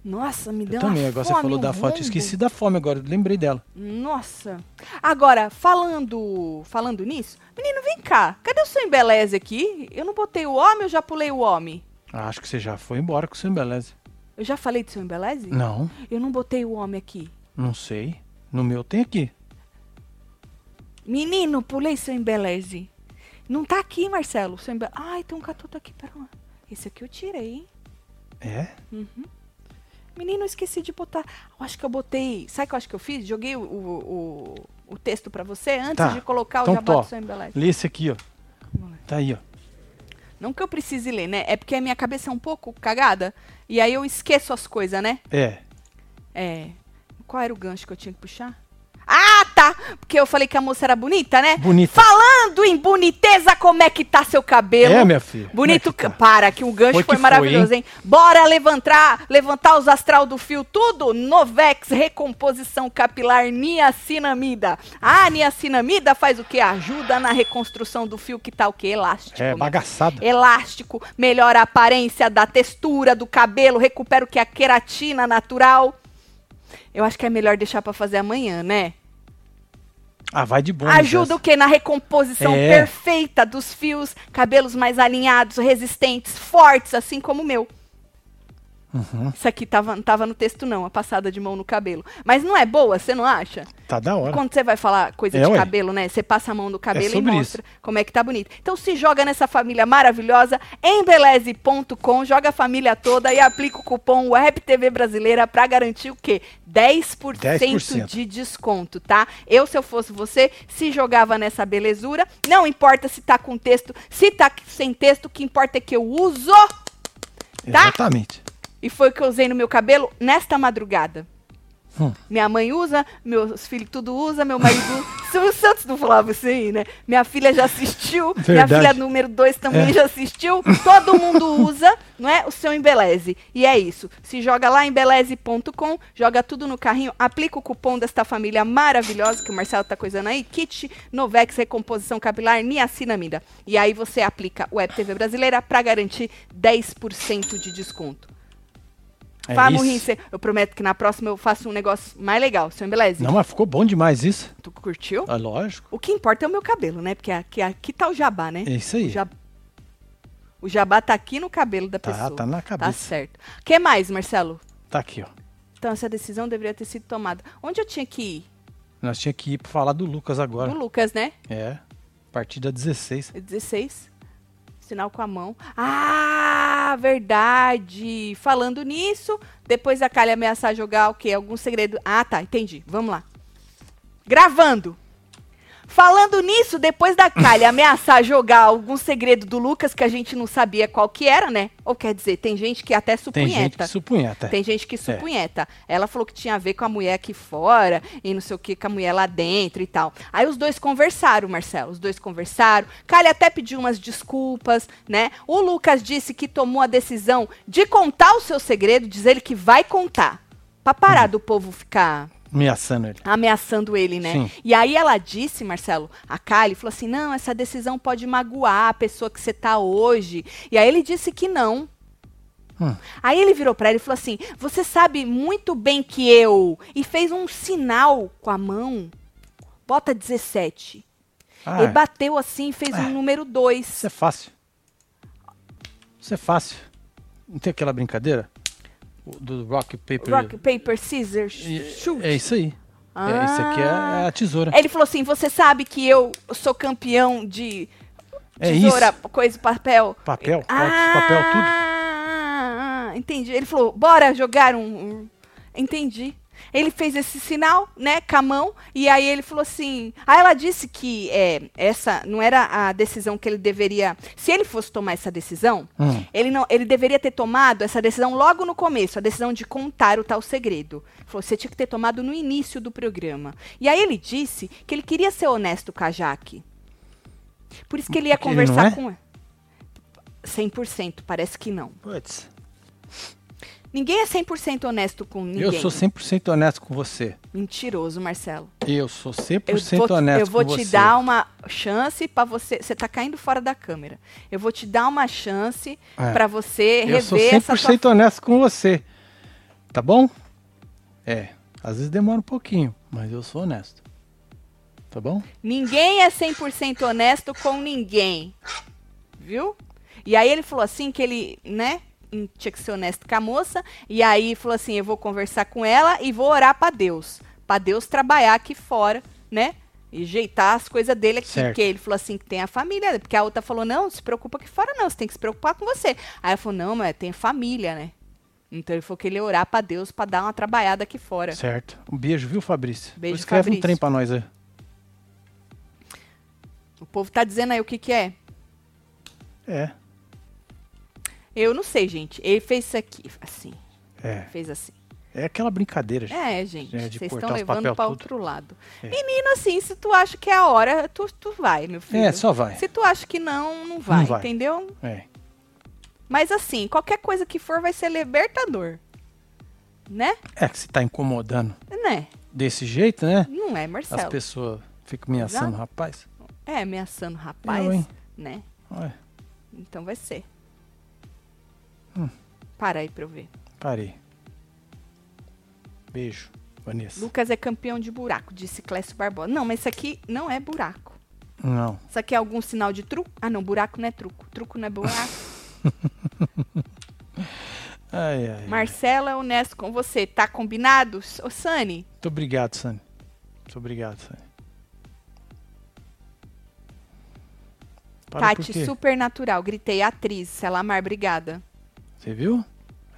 Speaker 2: Nossa, me
Speaker 1: Eu
Speaker 2: deu
Speaker 1: também,
Speaker 2: uma
Speaker 1: agora você
Speaker 2: fome,
Speaker 1: falou
Speaker 2: um
Speaker 1: da foto,
Speaker 2: rombo.
Speaker 1: esqueci da fome agora, eu lembrei dela.
Speaker 2: Nossa. Agora, falando falando nisso, menino, vem cá. Cadê o seu embeleze aqui? Eu não botei o homem, eu já pulei o homem.
Speaker 1: Ah, acho que você já foi embora com o seu embeleze.
Speaker 2: Eu já falei do seu embeleze?
Speaker 1: Não,
Speaker 2: Eu não botei o homem aqui.
Speaker 1: não sei. No meu tem aqui.
Speaker 2: Menino, pulei seu embeleze. Não tá aqui, Marcelo. Seu embe... Ai, tem um catuto aqui, pera lá. Esse aqui eu tirei, hein?
Speaker 1: É?
Speaker 2: Menino, eu esqueci de botar. Eu acho que eu botei. Sabe o que eu acho que eu fiz? Joguei o, o, o- o texto pra você antes
Speaker 1: Tá.
Speaker 2: de colocar o
Speaker 1: Então,
Speaker 2: jabá
Speaker 1: tó.
Speaker 2: do seu embeleze.
Speaker 1: Lê esse aqui, ó.
Speaker 2: Vamos lá.
Speaker 1: Tá aí, ó.
Speaker 2: Não que eu precise ler, né? É porque a minha cabeça é um pouco cagada e aí eu esqueço as coisas, né?
Speaker 1: É.
Speaker 2: É. Qual era o gancho que eu tinha que puxar? Ah, tá! Porque eu falei que a moça era bonita, né?
Speaker 1: Bonita.
Speaker 2: Falando em boniteza, como é que tá seu cabelo?
Speaker 1: É, minha filha.
Speaker 2: Bonito,
Speaker 1: Como é que tá?
Speaker 2: para, que o gancho
Speaker 1: Foi
Speaker 2: foi,
Speaker 1: que foi,
Speaker 2: maravilhoso, hein? Bora levantar, levantar os astral do fio, tudo? Novex, recomposição capilar, niacinamida. A niacinamida faz o quê? Ajuda na reconstrução do fio que tá o quê? Elástico.
Speaker 1: É,
Speaker 2: né?
Speaker 1: bagaçada.
Speaker 2: Elástico, melhora a aparência da textura do cabelo, recupera o que? é A queratina natural. Eu acho que é melhor deixar pra fazer amanhã, né?
Speaker 1: Ah, vai de bom.
Speaker 2: Ajuda o que? Na recomposição
Speaker 1: É.
Speaker 2: perfeita dos fios, cabelos mais alinhados, resistentes, fortes, assim como o meu. Isso aqui tava, não tava no texto, não, a passada de mão no cabelo. Mas não é boa, você não acha?
Speaker 1: Tá da hora.
Speaker 2: Quando você vai falar coisa
Speaker 1: É,
Speaker 2: de
Speaker 1: ué.
Speaker 2: cabelo, né? Você passa a mão no cabelo e
Speaker 1: sobre
Speaker 2: mostra como é que tá bonito. Então se joga nessa família maravilhosa, embeleze.com, joga a família toda e aplica o cupom WebTV Brasileira pra garantir o quê? 10%,
Speaker 1: 10%.
Speaker 2: de desconto, tá? Eu, se eu fosse você, se jogava nessa belezura. Não importa se tá com texto, se tá sem texto, o que importa é que eu uso. tá?
Speaker 1: Exatamente.
Speaker 2: E foi o que eu usei no meu cabelo nesta madrugada.
Speaker 1: Hum.
Speaker 2: Minha mãe usa, meus filhos tudo usa, meu marido. [LAUGHS] Silvio Santos não falava isso aí, né? Minha filha já assistiu,
Speaker 1: Verdade.
Speaker 2: minha filha número 2 também
Speaker 1: É.
Speaker 2: já assistiu. Todo mundo usa, não é? O seu embeleze. E é isso. Se joga lá em embeleze.com, joga tudo no carrinho, aplica o cupom desta família maravilhosa que o Marcelo tá coisando aí, kit Novex recomposição capilar niacinamida. E aí você aplica o Web TV Brasileira para garantir 10% de desconto.
Speaker 1: É
Speaker 2: Fá,
Speaker 1: isso.
Speaker 2: Murrinha, cê- eu prometo que na próxima eu faço um negócio mais legal, seu embeleze.
Speaker 1: Não, mas ficou bom demais isso.
Speaker 2: Tu curtiu?
Speaker 1: Ah, lógico.
Speaker 2: O que importa é o meu cabelo, né? Porque aqui, aqui tá o jabá, né?
Speaker 1: É isso aí.
Speaker 2: O, jab- o jabá tá aqui no cabelo da
Speaker 1: Tá,
Speaker 2: pessoa.
Speaker 1: tá na
Speaker 2: Tá
Speaker 1: cabeça.
Speaker 2: certo. O que mais, Marcelo?
Speaker 1: Tá aqui, ó.
Speaker 2: Então, essa decisão deveria ter sido tomada. Onde eu tinha que ir?
Speaker 1: Nós tinha que ir pra falar do Lucas agora.
Speaker 2: No Lucas, né?
Speaker 1: É. Partida 16.
Speaker 2: 16. Sinal com a mão. Ah, verdade. Falando nisso, depois da Kali ameaçar jogar o quê? Algum segredo. Ah, tá, entendi. Vamos lá. Gravando. Falando nisso, depois da [COUGHS] Kali ameaçar jogar algum segredo do Lucas que a gente não sabia qual que era, né? Ou quer dizer, tem gente que até
Speaker 1: Tem
Speaker 2: supunheta.
Speaker 1: gente que supunheta.
Speaker 2: Tem gente que supunheta. Ela falou que tinha a ver com a mulher aqui fora e não sei o que com a mulher lá dentro e tal. Aí os dois conversaram, Marcelo. Os dois conversaram. Calha até pediu umas desculpas, né? O Lucas disse que tomou a decisão de contar o seu segredo, diz ele que vai contar. Pra parar do povo ficar
Speaker 1: Ameaçando ele.
Speaker 2: ameaçando ele, né?
Speaker 1: Sim.
Speaker 2: E aí ela disse, Marcelo, a Kali falou assim: "Não, essa decisão pode magoar a pessoa que você tá hoje". E aí ele disse que não.
Speaker 1: Hum.
Speaker 2: Aí ele virou pra ela e falou assim: "Você sabe muito bem que eu". E fez um sinal com a mão. Bota 17.
Speaker 1: Ah,
Speaker 2: e bateu assim e fez um número 2.
Speaker 1: isso é fácil. Isso é fácil. Não tem aquela brincadeira? O- Do Rock Paper.
Speaker 2: Rock, paper, scissors,
Speaker 1: E-
Speaker 2: shoot. Ah.
Speaker 1: É isso aí. É, isso aqui é a tesoura.
Speaker 2: Ele falou assim: você sabe que eu sou campeão de
Speaker 1: É
Speaker 2: tesoura, coisa e papel.
Speaker 1: Papel, óculos, papel, tudo.
Speaker 2: Ah, entendi. Ele falou, bora jogar um, um- Entendi. Ele fez esse sinal, né, com a mão, e aí ele falou assim... Aí ela disse que é, essa não era a decisão que ele deveria... Se ele fosse tomar essa decisão,
Speaker 1: Hum.
Speaker 2: ele, não, ele deveria ter tomado essa decisão logo no começo, a decisão de contar o tal segredo. Ele Falou, você tinha que ter tomado no início do programa. E aí ele disse que ele queria ser honesto com a Jaque. Por isso que ele ia
Speaker 1: Porque ele não
Speaker 2: conversar
Speaker 1: é?
Speaker 2: com ela. 100%, parece que não.
Speaker 1: Puts,
Speaker 2: Ninguém é 100% honesto com ninguém.
Speaker 1: eu sou 100% honesto com você.
Speaker 2: Mentiroso, Marcelo.
Speaker 1: Eu sou 100%
Speaker 2: Eu vou,
Speaker 1: honesto
Speaker 2: eu vou
Speaker 1: com
Speaker 2: te
Speaker 1: você.
Speaker 2: dar uma chance pra você. Você tá caindo fora da câmera. Eu vou te dar uma chance
Speaker 1: É.
Speaker 2: um pra você
Speaker 1: eu sou
Speaker 2: rever essa sua
Speaker 1: 100% honesto com você. Tá bom? É. Às vezes demora um pouquinho, mas eu sou honesto. Tá bom?
Speaker 2: Ninguém é 100% honesto com ninguém. Viu? E aí ele falou assim que ele, né, hum, tinha que ser honesto com a moça, e aí falou assim, eu vou conversar com ela e vou orar pra Deus, Pra Deus trabalhar aqui fora, né? E jeitar as coisas dele aqui,
Speaker 1: Certo.
Speaker 2: que ele falou assim que tem a família, porque a outra falou: "Não, se preocupa aqui fora não, você tem que se preocupar com você". Aí ela falou: "Não, mas tem família, né?" Então ele falou que ele ia orar pra Deus pra dar uma trabalhada aqui fora.
Speaker 1: Certo. Um beijo, viu, Fabrício?
Speaker 2: Beijo,
Speaker 1: Escreve um
Speaker 2: Fabrício.
Speaker 1: trem pra nós aí.
Speaker 2: O povo tá dizendo aí o que que é?
Speaker 1: É.
Speaker 2: Eu não sei, gente. Ele fez isso aqui, assim.
Speaker 1: É.
Speaker 2: Fez assim.
Speaker 1: É aquela brincadeira, gente.
Speaker 2: É, gente.
Speaker 1: É, de
Speaker 2: Vocês
Speaker 1: cortar
Speaker 2: estão
Speaker 1: os
Speaker 2: levando
Speaker 1: papel
Speaker 2: pra
Speaker 1: tudo. É.
Speaker 2: outro lado. Menino, assim, se tu acha que é a hora, tu, tu vai, meu filho.
Speaker 1: É, só vai.
Speaker 2: Se tu acha que não, não vai,
Speaker 1: vai.
Speaker 2: entendeu?
Speaker 1: É.
Speaker 2: Mas assim, qualquer coisa que for vai ser libertador. Né?
Speaker 1: É que você tá incomodando
Speaker 2: Né?
Speaker 1: desse jeito, né?
Speaker 2: Não é,
Speaker 1: As
Speaker 2: Marcelo.
Speaker 1: pessoas ficam ameaçando,
Speaker 2: Exato.
Speaker 1: rapaz.
Speaker 2: É ameaçando o rapaz,
Speaker 1: Eu, hein?
Speaker 2: né?
Speaker 1: Olha,
Speaker 2: Então vai ser.
Speaker 1: Hum.
Speaker 2: Para aí pra eu ver.
Speaker 1: parei. Beijo, Vanessa.
Speaker 2: Lucas é campeão de buraco, disse Clécio Barbosa. Não, mas isso aqui não é buraco.
Speaker 1: Não.
Speaker 2: Isso aqui é algum sinal de truco? Ah, não, buraco não é truco. Truco não é buraco.
Speaker 1: [LAUGHS] Ai, ai.
Speaker 2: Marcelo é honesto com você, tá combinado? S- Ô, Sani,
Speaker 1: Muito obrigado, Sani. Muito obrigado, Sani. Para por
Speaker 2: Tati
Speaker 1: quê?
Speaker 2: supernatural. Gritei atriz, Selamar, obrigada.
Speaker 1: Você viu?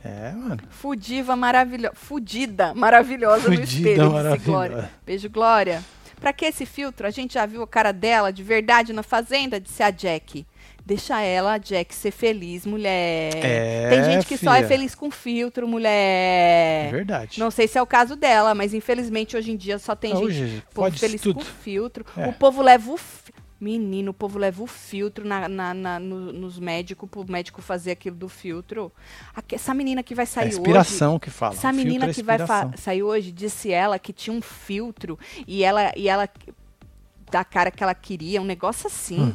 Speaker 1: É, mano.
Speaker 2: Fudiva maravilhosa. Fudida maravilhosa no
Speaker 1: Fudida
Speaker 2: espelho, disse
Speaker 1: maravilhosa.
Speaker 2: Glória. Beijo, Glória. Pra que esse filtro? A gente já viu a cara dela de verdade na fazenda, disse a Jack. Deixa ela, a Jack, ser feliz, mulher.
Speaker 1: É,
Speaker 2: Tem gente que só é
Speaker 1: filha.
Speaker 2: feliz com filtro,
Speaker 1: É
Speaker 2: mulher.
Speaker 1: verdade.
Speaker 2: Não sei se é o caso dela, mas infelizmente hoje em dia só tem
Speaker 1: Ah,
Speaker 2: gente
Speaker 1: hoje
Speaker 2: O povo
Speaker 1: pode
Speaker 2: feliz
Speaker 1: tudo.
Speaker 2: com filtro.
Speaker 1: É.
Speaker 2: O povo leva o. fi- Menino, o povo leva o filtro na, na- na- no- nos médicos, pro médico fazer aquilo do filtro. Aqui- essa menina que vai
Speaker 1: É
Speaker 2: sair hoje.
Speaker 1: inspiração que fala.
Speaker 2: Essa
Speaker 1: Filtro
Speaker 2: menina
Speaker 1: é
Speaker 2: que vai fa-
Speaker 1: inspiração.
Speaker 2: sair hoje disse ela que tinha um filtro e ela e ela da cara que ela queria, um negócio assim.
Speaker 1: Hum.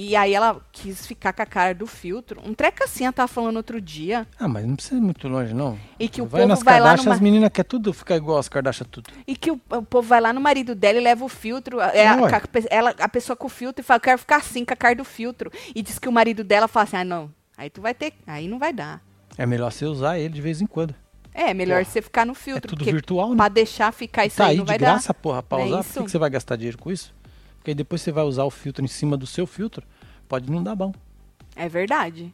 Speaker 2: E aí ela quis ficar com a cara do filtro. Um treco assim, ela tava falando outro dia.
Speaker 1: Ah, mas não precisa ir muito longe, não.
Speaker 2: E que o
Speaker 1: vai
Speaker 2: povo
Speaker 1: nas
Speaker 2: vai lá
Speaker 1: Kardashian,
Speaker 2: numa-
Speaker 1: as meninas querem tudo ficar igual as Kardashian, tudo.
Speaker 2: E que o, o povo vai lá no marido dela e leva o filtro. é,
Speaker 1: É,
Speaker 2: a,
Speaker 1: ué.
Speaker 2: ca- pe- ela, a pessoa com o filtro e fala, quero ficar assim com a cara do filtro. E diz que o marido dela fala assim, ah, não, aí tu vai ter, aí não vai dar.
Speaker 1: É melhor você usar ele de vez em quando.
Speaker 2: É, melhor
Speaker 1: Porra,
Speaker 2: você ficar no
Speaker 1: É
Speaker 2: filtro,
Speaker 1: tudo
Speaker 2: porque
Speaker 1: virtual, né?
Speaker 2: pra deixar ficar isso
Speaker 1: Tá
Speaker 2: aí
Speaker 1: aí
Speaker 2: não
Speaker 1: de
Speaker 2: vai
Speaker 1: graça, porra, pra
Speaker 2: Não é
Speaker 1: usar. Por que
Speaker 2: isso?
Speaker 1: que você vai gastar dinheiro com isso? Porque aí depois você vai usar o filtro em cima do seu filtro, pode não dar bom.
Speaker 2: dar. É verdade,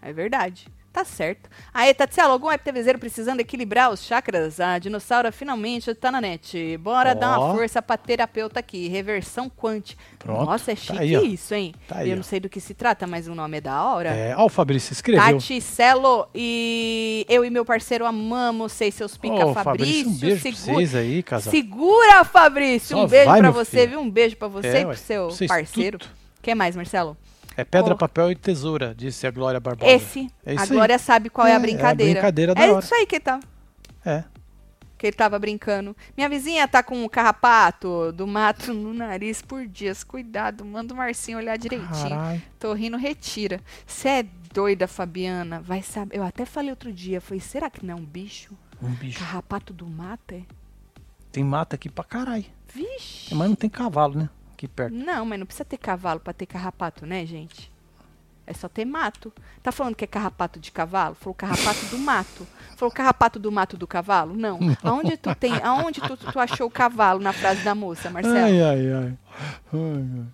Speaker 2: é verdade. Tá certo. Aí, Tatiela, algum webTVzeiro precisando equilibrar os chakras? A dinossauro finalmente tá na net. Bora dar uma
Speaker 1: Ó.
Speaker 2: força pra terapeuta aqui. Reversão quântica.
Speaker 1: Pronto,
Speaker 2: Nossa, é
Speaker 1: tá
Speaker 2: chique
Speaker 1: aí, ó.
Speaker 2: isso, hein?
Speaker 1: Tá aí,
Speaker 2: Eu
Speaker 1: ó.
Speaker 2: não sei do que se trata, mas o nome é da hora.
Speaker 1: É, ó, o Fabrício escreveu.
Speaker 2: Tati Celo e eu e meu parceiro amamos vocês, seus pica
Speaker 1: Ô,
Speaker 2: Fabrício.
Speaker 1: um beijo
Speaker 2: segu-
Speaker 1: pra vocês aí, casal.
Speaker 2: Segura, Fabrício!
Speaker 1: Só
Speaker 2: um beijo
Speaker 1: vai,
Speaker 2: pra
Speaker 1: meu
Speaker 2: você,
Speaker 1: filho.
Speaker 2: viu? Um beijo pra você
Speaker 1: É,
Speaker 2: e pro
Speaker 1: ué,
Speaker 2: seu
Speaker 1: vocês
Speaker 2: parceiro.
Speaker 1: tudo.
Speaker 2: O que mais, Marcelo?
Speaker 1: É pedra,
Speaker 2: Ô.
Speaker 1: papel e tesoura, disse a Glória Barbosa.
Speaker 2: Esse.
Speaker 1: É
Speaker 2: a
Speaker 1: isso aí.
Speaker 2: Glória sabe qual é,
Speaker 1: É,
Speaker 2: a
Speaker 1: é a
Speaker 2: brincadeira.
Speaker 1: brincadeira da
Speaker 2: É
Speaker 1: hora.
Speaker 2: isso aí que ele, tá,
Speaker 1: É.
Speaker 2: que ele tava brincando. Minha vizinha tá com um carrapato do mato no nariz por dias. Cuidado, manda o Marcinho olhar direitinho.
Speaker 1: Caralho.
Speaker 2: Tô rindo, retira. Você é doida, Fabiana. Vai saber. Eu até falei outro dia, falei, será que não é um bicho?
Speaker 1: Um bicho.
Speaker 2: Carrapato do mato é?
Speaker 1: Tem mata aqui pra caralho.
Speaker 2: Vixe.
Speaker 1: Mas não tem cavalo, né? Aqui perto.
Speaker 2: Não, mas não precisa ter cavalo pra ter carrapato, né, gente? É só ter mato. Tá falando que é carrapato de cavalo? Falou carrapato do mato. Falou carrapato do mato do cavalo? Não. Aonde tu tem, aonde tu, tu achou o cavalo na frase da moça, Marcelo?
Speaker 1: Ai, ai, ai. Ai,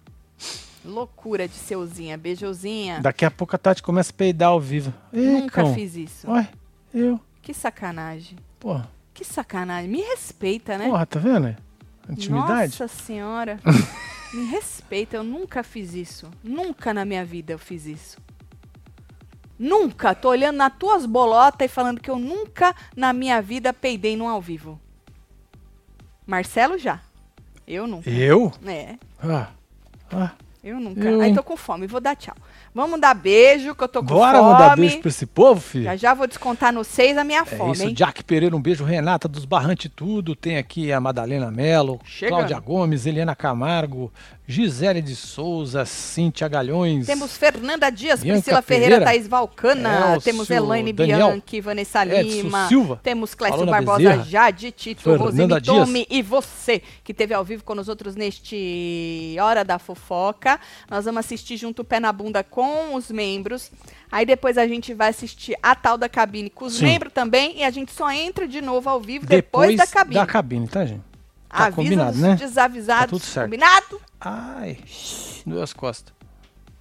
Speaker 2: Loucura de seuzinha, beijozinha.
Speaker 1: ai. Daqui a pouco a Tati começa a peidar ao vivo. Ih,
Speaker 2: Ah. Nunca
Speaker 1: cão.
Speaker 2: fiz isso. Né?
Speaker 1: Ué, eu.
Speaker 2: Que sacanagem.
Speaker 1: Porra,
Speaker 2: Que sacanagem. Me respeita, né?
Speaker 1: porra, tá vendo? Intimidade?
Speaker 2: Nossa
Speaker 1: [LAUGHS]
Speaker 2: senhora. Me respeita, eu nunca fiz isso. Nunca na minha vida eu fiz isso. Nunca. Tô olhando nas tuas bolotas e falando que eu nunca na minha vida peidei num ao vivo. Marcelo já. Eu nunca.
Speaker 1: Eu?
Speaker 2: É,
Speaker 1: Ah, ah.
Speaker 2: eu nunca.
Speaker 1: Eu,
Speaker 2: Aí
Speaker 1: hein?
Speaker 2: tô com fome, vou dar tchau. Vamos dar beijo, que eu tô com
Speaker 1: Bora
Speaker 2: fome.
Speaker 1: mandar beijo pra esse povo, filho?
Speaker 2: Já já vou descontar no seis a minha
Speaker 1: É
Speaker 2: fome,
Speaker 1: isso,
Speaker 2: hein?
Speaker 1: Jack Pereira, um beijo, Renata dos Barrante Tudo, tem aqui a Madalena Mello,
Speaker 2: Chegando.
Speaker 1: Cláudia Gomes, Eliana Camargo, Gisele de Souza, Cíntia Galhões.
Speaker 2: Temos Fernanda Dias,
Speaker 1: Bianca
Speaker 2: Priscila Ferreira,
Speaker 1: Pereira.
Speaker 2: Thaís Valcana,
Speaker 1: Elcio,
Speaker 2: temos Elaine
Speaker 1: Daniel. É,
Speaker 2: Bianchi, Vanessa
Speaker 1: Edson
Speaker 2: Lima,
Speaker 1: Silva.
Speaker 2: temos Clécio
Speaker 1: Alana
Speaker 2: Barbosa,
Speaker 1: Bezerra.
Speaker 2: Jade Tito,
Speaker 1: Fernanda
Speaker 2: Rosine
Speaker 1: Dias.
Speaker 2: Tome e você, que teve ao vivo com nós outros neste Hora da Fofoca. Nós vamos assistir junto o Pé na Bunda com os membros. Aí depois a gente vai assistir a tal da cabine com os
Speaker 1: Sim.
Speaker 2: membros também e a gente só entra de novo ao vivo depois, da cabine.
Speaker 1: Da cabine, tá, gente? Tá
Speaker 2: Avisa
Speaker 1: combinado,
Speaker 2: os
Speaker 1: né?
Speaker 2: desavisados,
Speaker 1: Tá tudo certo.
Speaker 2: combinado?
Speaker 1: Ai, doeu as costas.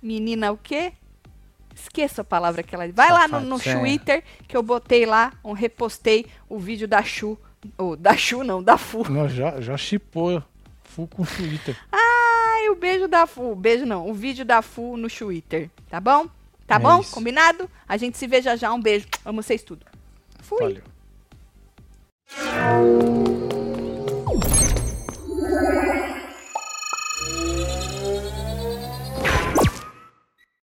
Speaker 2: menina o quê? Esqueça a palavra que ela Vai lá no, no
Speaker 1: Safadinha.
Speaker 2: Twitter que eu botei lá, um, repostei o vídeo da Chu. ou da Chu não, da Fu.
Speaker 1: Nós já, já chipou. Fui com o Twitter.
Speaker 2: Ai, o beijo da Fu. o Beijo não, o vídeo da Fu no Twitter. Tá bom? Tá
Speaker 1: É
Speaker 2: bom?
Speaker 1: isso.
Speaker 2: Combinado? A gente se vê já já. Um beijo. Amo vocês tudo. Fui.
Speaker 1: Valeu.